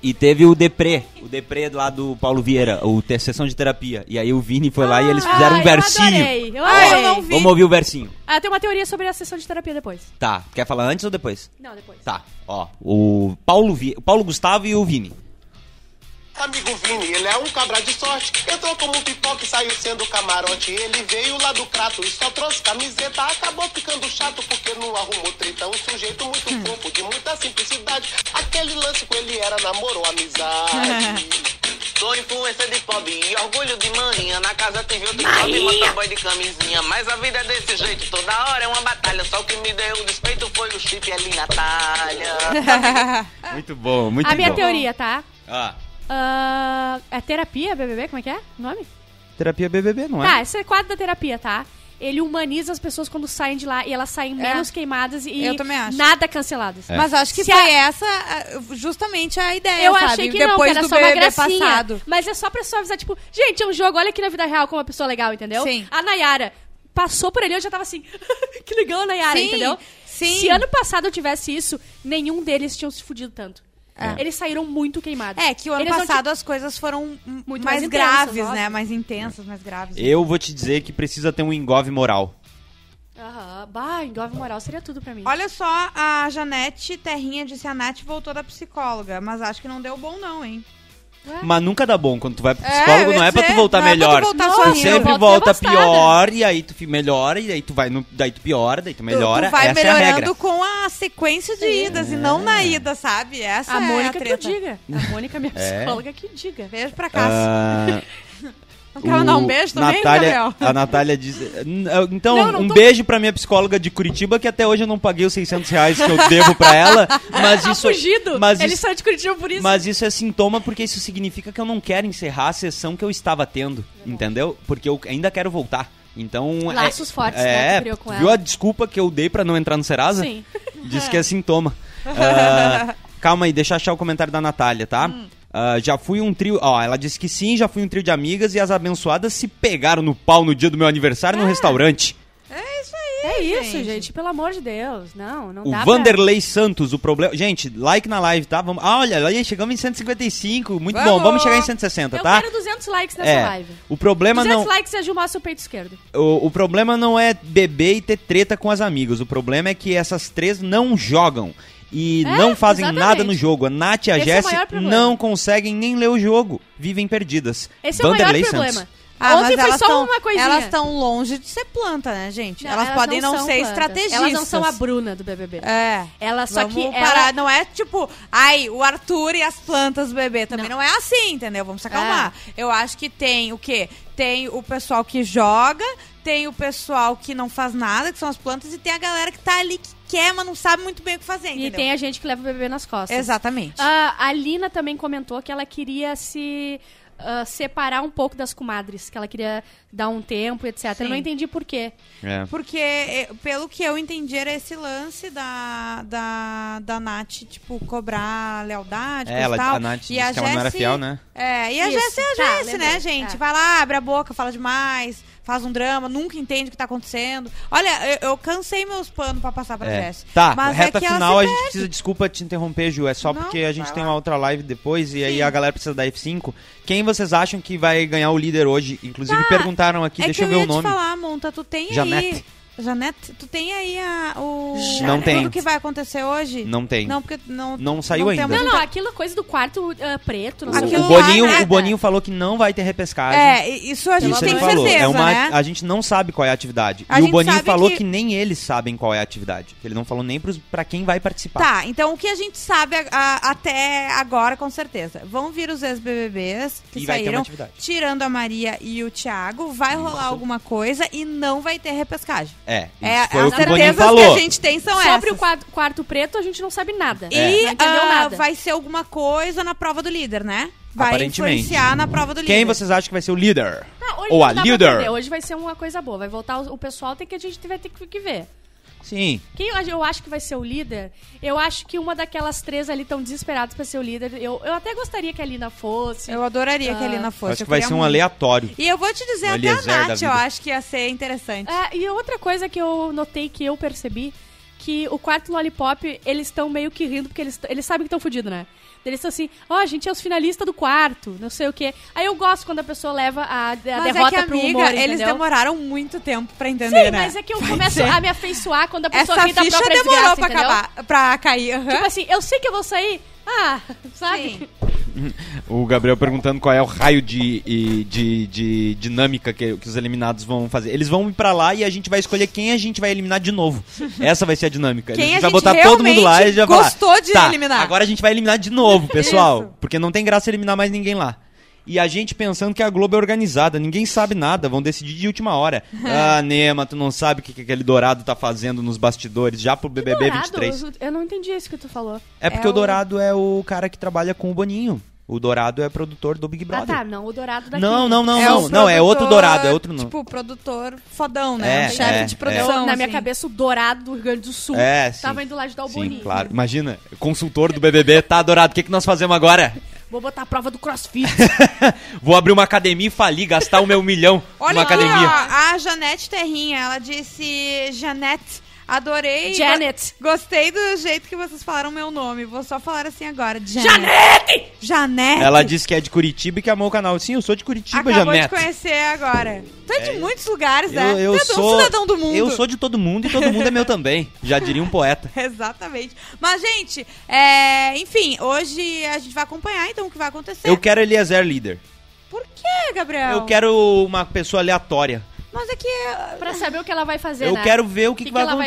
Speaker 4: E teve o Depré, o Depré lá do Paulo Vieira, o ter sessão de terapia. E aí o Vini foi lá e eles fizeram
Speaker 3: Ai,
Speaker 4: um versinho.
Speaker 3: Ah, Eu adorei. Eu
Speaker 2: Ah, eu
Speaker 3: adorei.
Speaker 2: não vi.
Speaker 4: Vamos ouvir o versinho.
Speaker 3: Ah, tem uma teoria sobre a sessão de terapia depois.
Speaker 4: Tá, quer falar antes ou depois?
Speaker 3: Não, depois.
Speaker 4: Tá, ó, o Paulo, Vi... o Paulo Gustavo e o Vini.
Speaker 7: Amigo Vini, ele é um cabra de sorte. Entrou como um pipoca e saiu sendo camarote. Ele veio lá do crato e só trouxe camiseta. Acabou ficando chato porque não arrumou treta. Um sujeito muito fofo, de muita simplicidade. Aquele lance com ele era namoro, amizade.
Speaker 10: Sou influência de pobre e orgulho de maninha. Na casa teve outro pobre, motoboy de camisinha. Mas a vida é desse jeito, toda hora é uma batalha. Só o que me deu despeito foi o chip ali, Natália.
Speaker 4: Muito bom, muito
Speaker 3: a minha teoria, tá?
Speaker 4: Ah,
Speaker 3: Ah, é terapia, BBB? Como é que é o nome?
Speaker 4: terapia BBB, não é?
Speaker 3: Tá, esse é quadro da terapia, tá? Ele humaniza as pessoas quando saem de lá e elas saem menos queimadas e
Speaker 2: É. Eu também acho.
Speaker 3: nada canceladas.
Speaker 4: É.
Speaker 2: Mas acho que
Speaker 3: Se
Speaker 2: foi
Speaker 3: a-
Speaker 2: essa a- justamente a ideia,
Speaker 3: Eu
Speaker 2: sabe?
Speaker 3: achei que não, que
Speaker 2: Depois
Speaker 3: era
Speaker 2: do
Speaker 3: só uma
Speaker 2: BBB
Speaker 3: gracinha.
Speaker 2: passado.
Speaker 3: Mas é só pra só avisar, tipo, gente, é um jogo, olha aqui na vida real como uma pessoa legal, entendeu?
Speaker 2: Sim.
Speaker 3: A Nayara passou por ali, eu já tava assim, que legal a Nayara,
Speaker 2: Sim,
Speaker 3: entendeu?
Speaker 2: sim.
Speaker 3: Se ano passado eu tivesse isso, nenhum deles tinham se fudido tanto. Eles saíram muito queimados.
Speaker 2: É, que o ano
Speaker 3: Eles não
Speaker 2: passado as coisas foram m-
Speaker 3: Muito
Speaker 2: mais,
Speaker 3: mais intensas,
Speaker 2: graves, né?
Speaker 3: óbvio.
Speaker 2: Mais intensas, mais graves.
Speaker 4: Eu vou te dizer que precisa ter um engove moral.
Speaker 3: Aham, bah, engove moral seria tudo pra mim.
Speaker 2: Olha só, a Janete Terrinha disse a Nath voltou da psicóloga, mas acho que não deu bom não, hein?
Speaker 4: Mas nunca dá bom quando tu vai pro psicólogo,
Speaker 2: eu ia
Speaker 4: não é pra tu
Speaker 2: dizer,
Speaker 4: voltar
Speaker 2: não é pra tu
Speaker 4: melhor.
Speaker 2: voltar
Speaker 4: tu
Speaker 2: sorrindo.
Speaker 4: sempre
Speaker 3: Eu volto
Speaker 4: volta
Speaker 2: né?
Speaker 3: devastada.
Speaker 4: pior, e aí tu fi- melhora, e aí tu vai no. Daí tu piora, daí tu
Speaker 2: Tu-
Speaker 4: melhora.
Speaker 2: tu vai
Speaker 4: Essa é a
Speaker 2: melhorando
Speaker 4: regra. É.
Speaker 2: com a sequência de idas e não na ida, sabe? Essa
Speaker 3: A
Speaker 2: é
Speaker 3: Mônica
Speaker 2: a
Speaker 3: que o
Speaker 2: treta.
Speaker 3: diga. A Mônica, minha
Speaker 4: É.
Speaker 3: psicóloga, que o diga.
Speaker 2: Beijo pra Cássio.
Speaker 4: Ah,
Speaker 2: não quer mandar um
Speaker 4: o
Speaker 2: beijo também,
Speaker 4: Natália,
Speaker 2: Gabriel?
Speaker 4: A Natália diz. N- eu- Então,
Speaker 3: Não, não
Speaker 4: um
Speaker 3: tô-
Speaker 4: beijo pra minha psicóloga de Curitiba, que até hoje eu não paguei os 600 reais que eu devo pra ela. Mas
Speaker 3: Tá
Speaker 4: isso. é,
Speaker 3: fugido.
Speaker 4: Mas
Speaker 3: Ele
Speaker 4: isso,
Speaker 3: saiu de Curitiba por isso.
Speaker 4: Mas isso é sintoma porque isso significa que eu não quero encerrar a sessão que eu estava tendo, entendeu? Porque eu ainda quero voltar. Então,
Speaker 3: Laços
Speaker 4: é,
Speaker 3: fortes,
Speaker 4: é,
Speaker 3: né, que criou com
Speaker 4: viu
Speaker 3: ela.
Speaker 4: a desculpa que eu dei pra não entrar no Serasa?
Speaker 3: Sim.
Speaker 4: Diz que é sintoma. Ah, calma aí, deixa eu achar o comentário da Natália, tá?
Speaker 3: Hum.
Speaker 4: Ah, já fui um trio. Ó, ela disse que sim, já fui um trio de amigas e as abençoadas se pegaram no pau no dia do meu aniversário
Speaker 3: Ah,
Speaker 4: no restaurante.
Speaker 3: É isso,
Speaker 2: gente.
Speaker 3: gente. Pelo amor de Deus. Não, não
Speaker 4: O
Speaker 3: dá
Speaker 4: Vanderlei Santos, o problema. Gente, like na live, tá? Vamos... Ah, olha, aí chegamos em 155. Muito bom,
Speaker 2: Vamos!
Speaker 4: vamos chegar em
Speaker 3: pra...
Speaker 4: 160,
Speaker 3: Eu
Speaker 4: tá?
Speaker 3: quero 200 likes nessa
Speaker 4: É,
Speaker 3: live.
Speaker 4: o problema
Speaker 3: 200
Speaker 4: não,
Speaker 3: likes é Gilmar seu peito esquerdo.
Speaker 4: o, o problema não é beber e ter treta com as amigas. O problema é que essas três não jogam. e
Speaker 3: É,
Speaker 4: não fazem nada
Speaker 3: exatamente.
Speaker 4: no jogo. A Nath e a
Speaker 3: Esse é o
Speaker 4: Jessie
Speaker 3: maior problema.
Speaker 4: não conseguem nem ler o jogo. Vivem perdidas.
Speaker 3: Esse é o maior
Speaker 4: Vanderlei
Speaker 3: problema.
Speaker 4: Santos.
Speaker 2: Ah,
Speaker 3: Ontem
Speaker 2: mas
Speaker 3: foi
Speaker 2: elas
Speaker 3: só
Speaker 2: tão-
Speaker 3: uma coisinha.
Speaker 2: Elas estão longe de ser planta, né, gente?
Speaker 3: Não,
Speaker 2: elas, podem não,
Speaker 3: são
Speaker 2: ser
Speaker 3: plantas.
Speaker 2: estrategistas.
Speaker 3: Elas não são a Bruna do BBB.
Speaker 2: É.
Speaker 3: Elas só
Speaker 2: Vamos
Speaker 3: que
Speaker 2: parar.
Speaker 3: ela-
Speaker 2: Não é tipo, ai, o Arthur e as plantas, bebê. Também não, é assim, entendeu? Vamos se acalmar.
Speaker 3: É.
Speaker 2: Eu acho que tem o quê? Tem o pessoal que joga, tem o pessoal que não faz nada, que são as plantas, e tem a galera que tá ali que quer, mas não sabe muito bem o que fazer,
Speaker 3: E
Speaker 2: entendeu?
Speaker 3: tem a gente que leva o BBB nas costas.
Speaker 2: Exatamente.
Speaker 3: Ah, a Lina também comentou que ela queria se ah, separar um pouco das comadres, que ela queria dar um tempo, etc. Eu não
Speaker 2: Sim.
Speaker 3: entendi por quê.
Speaker 4: É.
Speaker 2: Porque, eh, pelo que eu entendi, era esse lance da, da, da Nath, tipo, cobrar lealdade,
Speaker 4: É,
Speaker 2: coisa
Speaker 4: ela,
Speaker 2: e tal.
Speaker 4: a
Speaker 2: E
Speaker 4: Nath disse
Speaker 2: a
Speaker 4: que ela não era
Speaker 2: Jessi-
Speaker 4: fiel, né?
Speaker 2: É, e a
Speaker 3: Isso.
Speaker 2: Jéssica é a
Speaker 3: Tá,
Speaker 2: Jéssica,
Speaker 3: lembrei.
Speaker 2: né, gente?
Speaker 3: Tá.
Speaker 2: Vai lá, abre a boca, fala demais, faz um drama, nunca entende o que tá acontecendo. Olha, eu, eu cansei meus panos pra passar pra
Speaker 4: É.
Speaker 2: Jéssica.
Speaker 4: Tá,
Speaker 2: Mas é
Speaker 4: reta
Speaker 2: que ela
Speaker 4: final,
Speaker 2: se
Speaker 4: a gente precisa. Desculpa te interromper, Ju. É só
Speaker 2: Não,
Speaker 4: porque a gente tem uma outra live depois e aí a galera precisa da F5. Quem vocês acham que vai ganhar o líder hoje? Inclusive perguntaram aqui,
Speaker 2: é
Speaker 4: deixa eu
Speaker 2: que
Speaker 4: ver
Speaker 2: eu ia
Speaker 4: o nome.
Speaker 2: te falar, Monta, tu tem aí...
Speaker 4: Janete.
Speaker 2: Janete, tu tem aí a, o...
Speaker 4: Não tem.
Speaker 2: Tudo que vai acontecer hoje?
Speaker 4: Não tem.
Speaker 2: Não, porque não...
Speaker 4: Não saiu
Speaker 2: temos
Speaker 4: ainda.
Speaker 3: Não,
Speaker 2: muita
Speaker 3: não, Então, aquilo coisa do quarto ah, preto. Não
Speaker 4: O-
Speaker 3: sei
Speaker 2: Aquilo
Speaker 4: o,
Speaker 2: lá,
Speaker 4: Boninho,
Speaker 2: nada.
Speaker 4: o Boninho falou que não vai ter repescagem.
Speaker 2: É, e- isso a gente
Speaker 4: Isso
Speaker 2: tem
Speaker 4: ele falou.
Speaker 2: certeza,
Speaker 4: é uma,
Speaker 2: né?
Speaker 4: A gente não sabe qual é a atividade.
Speaker 2: A
Speaker 4: e o
Speaker 2: gente
Speaker 4: Boninho
Speaker 2: sabe
Speaker 4: falou
Speaker 2: que-
Speaker 4: que... nem eles sabem qual é a atividade. Ele não falou nem pros, pra quem vai participar.
Speaker 2: Tá, então o que a gente sabe a- a- até agora, com certeza. Vão vir os ex-BBBs que
Speaker 4: E vai ter uma
Speaker 2: saíram,
Speaker 4: atividade.
Speaker 2: tirando a Maria e o Thiago. Vai rolar alguma coisa e não vai ter repescagem.
Speaker 4: É, isso
Speaker 2: É,
Speaker 4: foi o
Speaker 2: as
Speaker 4: que o Boninho
Speaker 2: certezas
Speaker 4: falou.
Speaker 2: que a gente tem são
Speaker 3: é Sobre
Speaker 2: essas.
Speaker 3: o quadro- quarto preto, a gente não sabe nada.
Speaker 2: E
Speaker 3: Não entendeu
Speaker 2: ah,
Speaker 3: nada.
Speaker 2: vai ser alguma coisa na prova do líder, né? Vai
Speaker 4: Aparentemente.
Speaker 2: influenciar na prova do líder.
Speaker 4: Quem vocês acham que vai ser o líder?
Speaker 3: Não, hoje
Speaker 4: Ou
Speaker 3: não
Speaker 4: a
Speaker 3: dá pra
Speaker 4: líder?
Speaker 3: entender, Hoje vai ser uma coisa boa. Vai voltar o, o pessoal tem que a gente vai ter que, que ver.
Speaker 4: Sim.
Speaker 3: Quem eu- eu acho que vai ser o líder? Eu acho que uma daquelas três ali estão desesperadas pra ser o líder. Eu, eu até gostaria que a Lina fosse.
Speaker 2: Eu adoraria que a
Speaker 3: Ah.
Speaker 2: Helena
Speaker 4: Eu
Speaker 2: fosse.
Speaker 4: acho
Speaker 2: eu
Speaker 4: que vai
Speaker 2: queria
Speaker 4: ser um
Speaker 2: muito.
Speaker 4: aleatório.
Speaker 2: E eu vou te dizer,
Speaker 4: Um
Speaker 2: até a
Speaker 4: Eliezer da
Speaker 2: Nath
Speaker 4: vida.
Speaker 2: eu acho que ia ser interessante.
Speaker 3: Ah, e outra coisa que eu notei que eu percebi que o quarto Lollipop, eles estão meio que rindo, porque eles, eles sabem que estão fudidos, né? Eles estão assim, ó, a gente é os finalistas do quarto, não sei o quê. Aí eu gosto quando a pessoa leva a, a
Speaker 2: Mas
Speaker 3: derrota
Speaker 2: é que,
Speaker 3: pro
Speaker 2: amiga,
Speaker 3: humor,
Speaker 2: eles
Speaker 3: entendeu?
Speaker 2: demoraram muito tempo pra entender,
Speaker 3: Sim,
Speaker 2: né?
Speaker 3: mas é que eu
Speaker 2: Vai
Speaker 3: começo
Speaker 2: ser.
Speaker 3: a me afeiçoar quando a pessoa
Speaker 2: Essa
Speaker 3: ri da
Speaker 2: ficha
Speaker 3: própria
Speaker 2: demorou
Speaker 3: desgraça,
Speaker 2: tá pra
Speaker 3: entendeu?
Speaker 2: acabar, pra cair. aham.
Speaker 3: Tipo assim, eu sei que eu vou sair, ah, sabe?
Speaker 2: Sim.
Speaker 4: O Gabriel perguntando qual é o raio de, e- de, de dinâmica que, que os eliminados vão fazer. Eles vão ir pra lá e a gente vai escolher quem a gente vai eliminar de novo. Essa vai ser a dinâmica.
Speaker 2: Quem
Speaker 4: a
Speaker 2: a
Speaker 4: gente vai
Speaker 2: gente
Speaker 4: botar todo mundo lá e
Speaker 2: realmente
Speaker 4: já vai.
Speaker 2: gostou de eliminar."
Speaker 4: Agora a gente vai eliminar de novo,
Speaker 2: Isso.
Speaker 4: pessoal. porque não tem graça eliminar mais ninguém lá. E a gente pensando que a Globo é organizada, ninguém sabe nada, vão decidir de última hora. ah, Nema, tu não sabe o que, que aquele Dourado tá fazendo nos bastidores já pro BBB
Speaker 3: Dourado,
Speaker 4: 23.
Speaker 3: eu não entendi isso que tu falou. Ah,
Speaker 4: É porque
Speaker 2: É
Speaker 4: o Dourado é o cara que trabalha com o Boninho. O Dourado é produtor do Big
Speaker 3: Ah
Speaker 4: Brother.
Speaker 3: tá, não, o dourado daqui.
Speaker 4: Não, não, não,
Speaker 2: É
Speaker 4: não.
Speaker 2: um
Speaker 4: não, é outro
Speaker 2: produtor,
Speaker 4: dourado, é outro não.
Speaker 2: Tipo, produtor fodão, né?
Speaker 4: É,
Speaker 2: um chefe
Speaker 4: é,
Speaker 2: de
Speaker 4: é.
Speaker 2: produção.
Speaker 3: Na minha
Speaker 2: assim.
Speaker 3: cabeça, o dourado do Rio Grande do Sul
Speaker 4: É, sim.
Speaker 3: tava indo lá ajudar o
Speaker 4: Sim,
Speaker 3: Boninho.
Speaker 4: claro. Imagina, consultor do BBB, tá, Dourado, o que, que nós fazemos agora?
Speaker 3: Vou botar a prova do crossfit.
Speaker 4: Vou abrir uma academia e falir, gastar o meu milhão
Speaker 2: Olha
Speaker 4: numa
Speaker 2: aqui,
Speaker 4: academia.
Speaker 2: ó, a Janete Terrinha, ela disse, Janete, adorei...
Speaker 3: Janet.
Speaker 2: go- Gostei do jeito que vocês falaram meu nome. Vou só falar assim agora. Janete! Janete!
Speaker 4: Ela disse que é de Curitiba e que amou o canal. Sim, eu sou de Curitiba,
Speaker 2: Acabou de
Speaker 4: Janete.
Speaker 2: conhecer agora. Tu é de muitos lugares, né?
Speaker 4: Eu, eu
Speaker 2: Tu é
Speaker 4: sou
Speaker 2: um cidadão do mundo.
Speaker 4: Eu sou de todo mundo e todo mundo é meu também. Já diria um poeta.
Speaker 2: Exatamente. Mas, gente, é, enfim, hoje a gente vai acompanhar então o que vai acontecer.
Speaker 4: Eu quero Eliezer líder.
Speaker 2: Por quê, Gabriel?
Speaker 4: Eu quero uma pessoa aleatória.
Speaker 2: Mas é que. é,
Speaker 3: pra saber o que ela vai fazer,
Speaker 4: eu
Speaker 3: né?
Speaker 4: quero ver o que,
Speaker 3: O
Speaker 4: que vai
Speaker 3: ela vai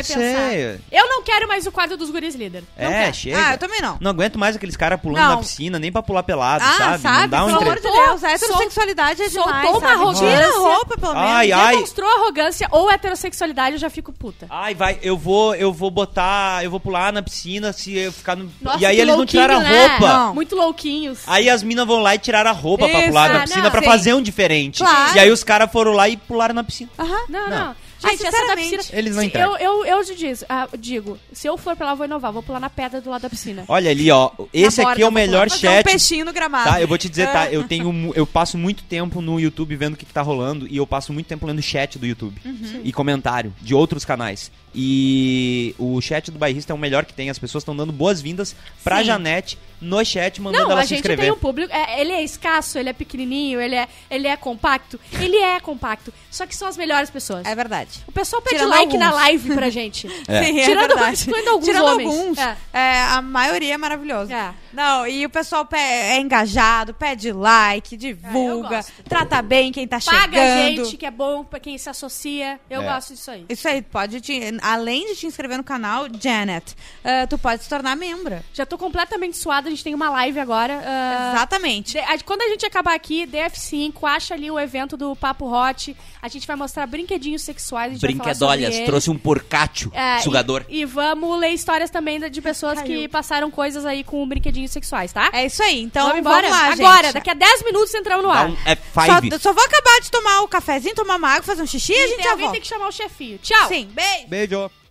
Speaker 3: pensar.
Speaker 4: acontecer.
Speaker 3: Eu não quero mais o quadro dos guris líder. Não
Speaker 4: é,
Speaker 3: quero.
Speaker 4: chega.
Speaker 2: Ah, eu também não.
Speaker 4: Não aguento mais aqueles caras pulando
Speaker 2: Não.
Speaker 4: na piscina, nem pra pular pelado,
Speaker 2: Ah,
Speaker 4: sabe?
Speaker 2: sabe?
Speaker 4: Não dá um
Speaker 2: Pelo
Speaker 4: entre-
Speaker 2: amor de Deus, a
Speaker 3: Soltou-
Speaker 2: heterossexualidade é demais.
Speaker 3: soltou uma
Speaker 2: sabe? Tira a
Speaker 3: arrogância.
Speaker 2: roupa, pelo menos.
Speaker 4: Ai, ai.
Speaker 3: Demonstrou arrogância ou heterossexualidade, eu já fico puta.
Speaker 4: Ai, vai, eu vou, eu vou botar, eu vou pular na piscina se eu ficar no.
Speaker 3: Nossa,
Speaker 4: e aí
Speaker 3: que
Speaker 4: eles não
Speaker 3: louquinho,
Speaker 4: tiraram a
Speaker 3: né?
Speaker 4: roupa. Ah,
Speaker 2: Não.
Speaker 3: Muito louquinhos.
Speaker 4: Aí as minas vão lá e tiraram a roupa pra
Speaker 2: Isso, é,
Speaker 4: pular
Speaker 3: ah,
Speaker 4: na
Speaker 3: não,
Speaker 4: piscina pra
Speaker 2: sim.
Speaker 4: fazer um diferente.
Speaker 2: Claro.
Speaker 4: E aí os caras foram lá e pularam na piscina.
Speaker 2: Aham.
Speaker 3: Não, não.
Speaker 4: Não.
Speaker 2: Ai,
Speaker 3: Gente, essa da
Speaker 2: sinceramente,
Speaker 3: piscina.
Speaker 4: eles não
Speaker 3: se-
Speaker 4: entregam.
Speaker 3: Eu, eu, eu te diz, ah, digo, se eu for pra lá, eu vou inovar. Vou pular na pedra do lado da piscina.
Speaker 4: Olha ali, ó. Esse
Speaker 3: borda,
Speaker 4: aqui é o
Speaker 3: vou pular.
Speaker 4: melhor
Speaker 2: Fazer um
Speaker 4: chat.
Speaker 2: peixinho no
Speaker 3: Ah.
Speaker 2: gramado.
Speaker 4: Tá, eu vou te dizer,
Speaker 2: É.
Speaker 4: tá? Eu tenho. mu- Eu passo muito tempo no YouTube vendo o que, que tá rolando. E eu passo muito tempo lendo chat do YouTube.
Speaker 3: Uhum.
Speaker 4: E comentário de outros canais. E o chat do bairrista é o melhor que tem. As pessoas estão dando boas-vindas pra
Speaker 2: Sim.
Speaker 4: Janete no chat, mandando
Speaker 3: não,
Speaker 4: ela
Speaker 3: a
Speaker 4: se
Speaker 3: gente
Speaker 4: inscrever.
Speaker 3: tem um público. é, ele é escasso, ele é pequenininho, ele é, ele é compacto. Ele é compacto. Só que são as melhores pessoas.
Speaker 2: É verdade.
Speaker 11: verdade.
Speaker 3: O pessoal pede
Speaker 2: Tirando
Speaker 3: like na
Speaker 2: alguns.
Speaker 3: live pra gente.
Speaker 4: É.
Speaker 2: Sim, é
Speaker 3: Tirando-
Speaker 2: verdade.
Speaker 3: excluindo alguns
Speaker 2: Tirando
Speaker 3: homens.
Speaker 2: alguns,
Speaker 3: É.
Speaker 2: é, a maioria é maravilhosa.
Speaker 3: É.
Speaker 2: Não, e o pessoal pe- é engajado, pede like, divulga,
Speaker 3: É, gosto.
Speaker 2: trata bem quem tá
Speaker 3: Paga
Speaker 2: chegando.
Speaker 3: gente que é bom pra quem se associa. Eu gosto disso aí.
Speaker 2: Isso aí, pode te, além de te inscrever no canal, Janet, eh, tu pode se tornar membra.
Speaker 3: Já tô completamente suada, a gente tem uma live agora. ah,
Speaker 2: Exatamente.
Speaker 3: De- a- Quando a gente acabar aqui, DF5, acha ali o evento do Papo Hot. A gente vai mostrar brinquedinhos sexuais. A gente vai falar sobre
Speaker 5: Brinquedolhas,
Speaker 3: eles.
Speaker 5: trouxe um porcátio
Speaker 3: É, e-
Speaker 5: sugador.
Speaker 3: E, vamos ler histórias também da- de pessoas que
Speaker 2: Caiu.
Speaker 3: passaram coisas aí com brinquedinhos sexuais, tá?
Speaker 2: É isso aí, então
Speaker 3: vamos
Speaker 2: vamos,
Speaker 3: embora?
Speaker 2: lá, gente.
Speaker 3: Agora, daqui a 10 minutos entramos no
Speaker 5: Dá
Speaker 3: ar.
Speaker 5: um F5.
Speaker 2: só, só vou acabar de tomar o cafezinho, tomar uma água, fazer um xixi e a gente
Speaker 3: tem
Speaker 2: já
Speaker 3: alguém
Speaker 2: volta.
Speaker 3: tem que chamar o chefinho. Tchau!
Speaker 2: Sim, beijo.
Speaker 4: Beijo.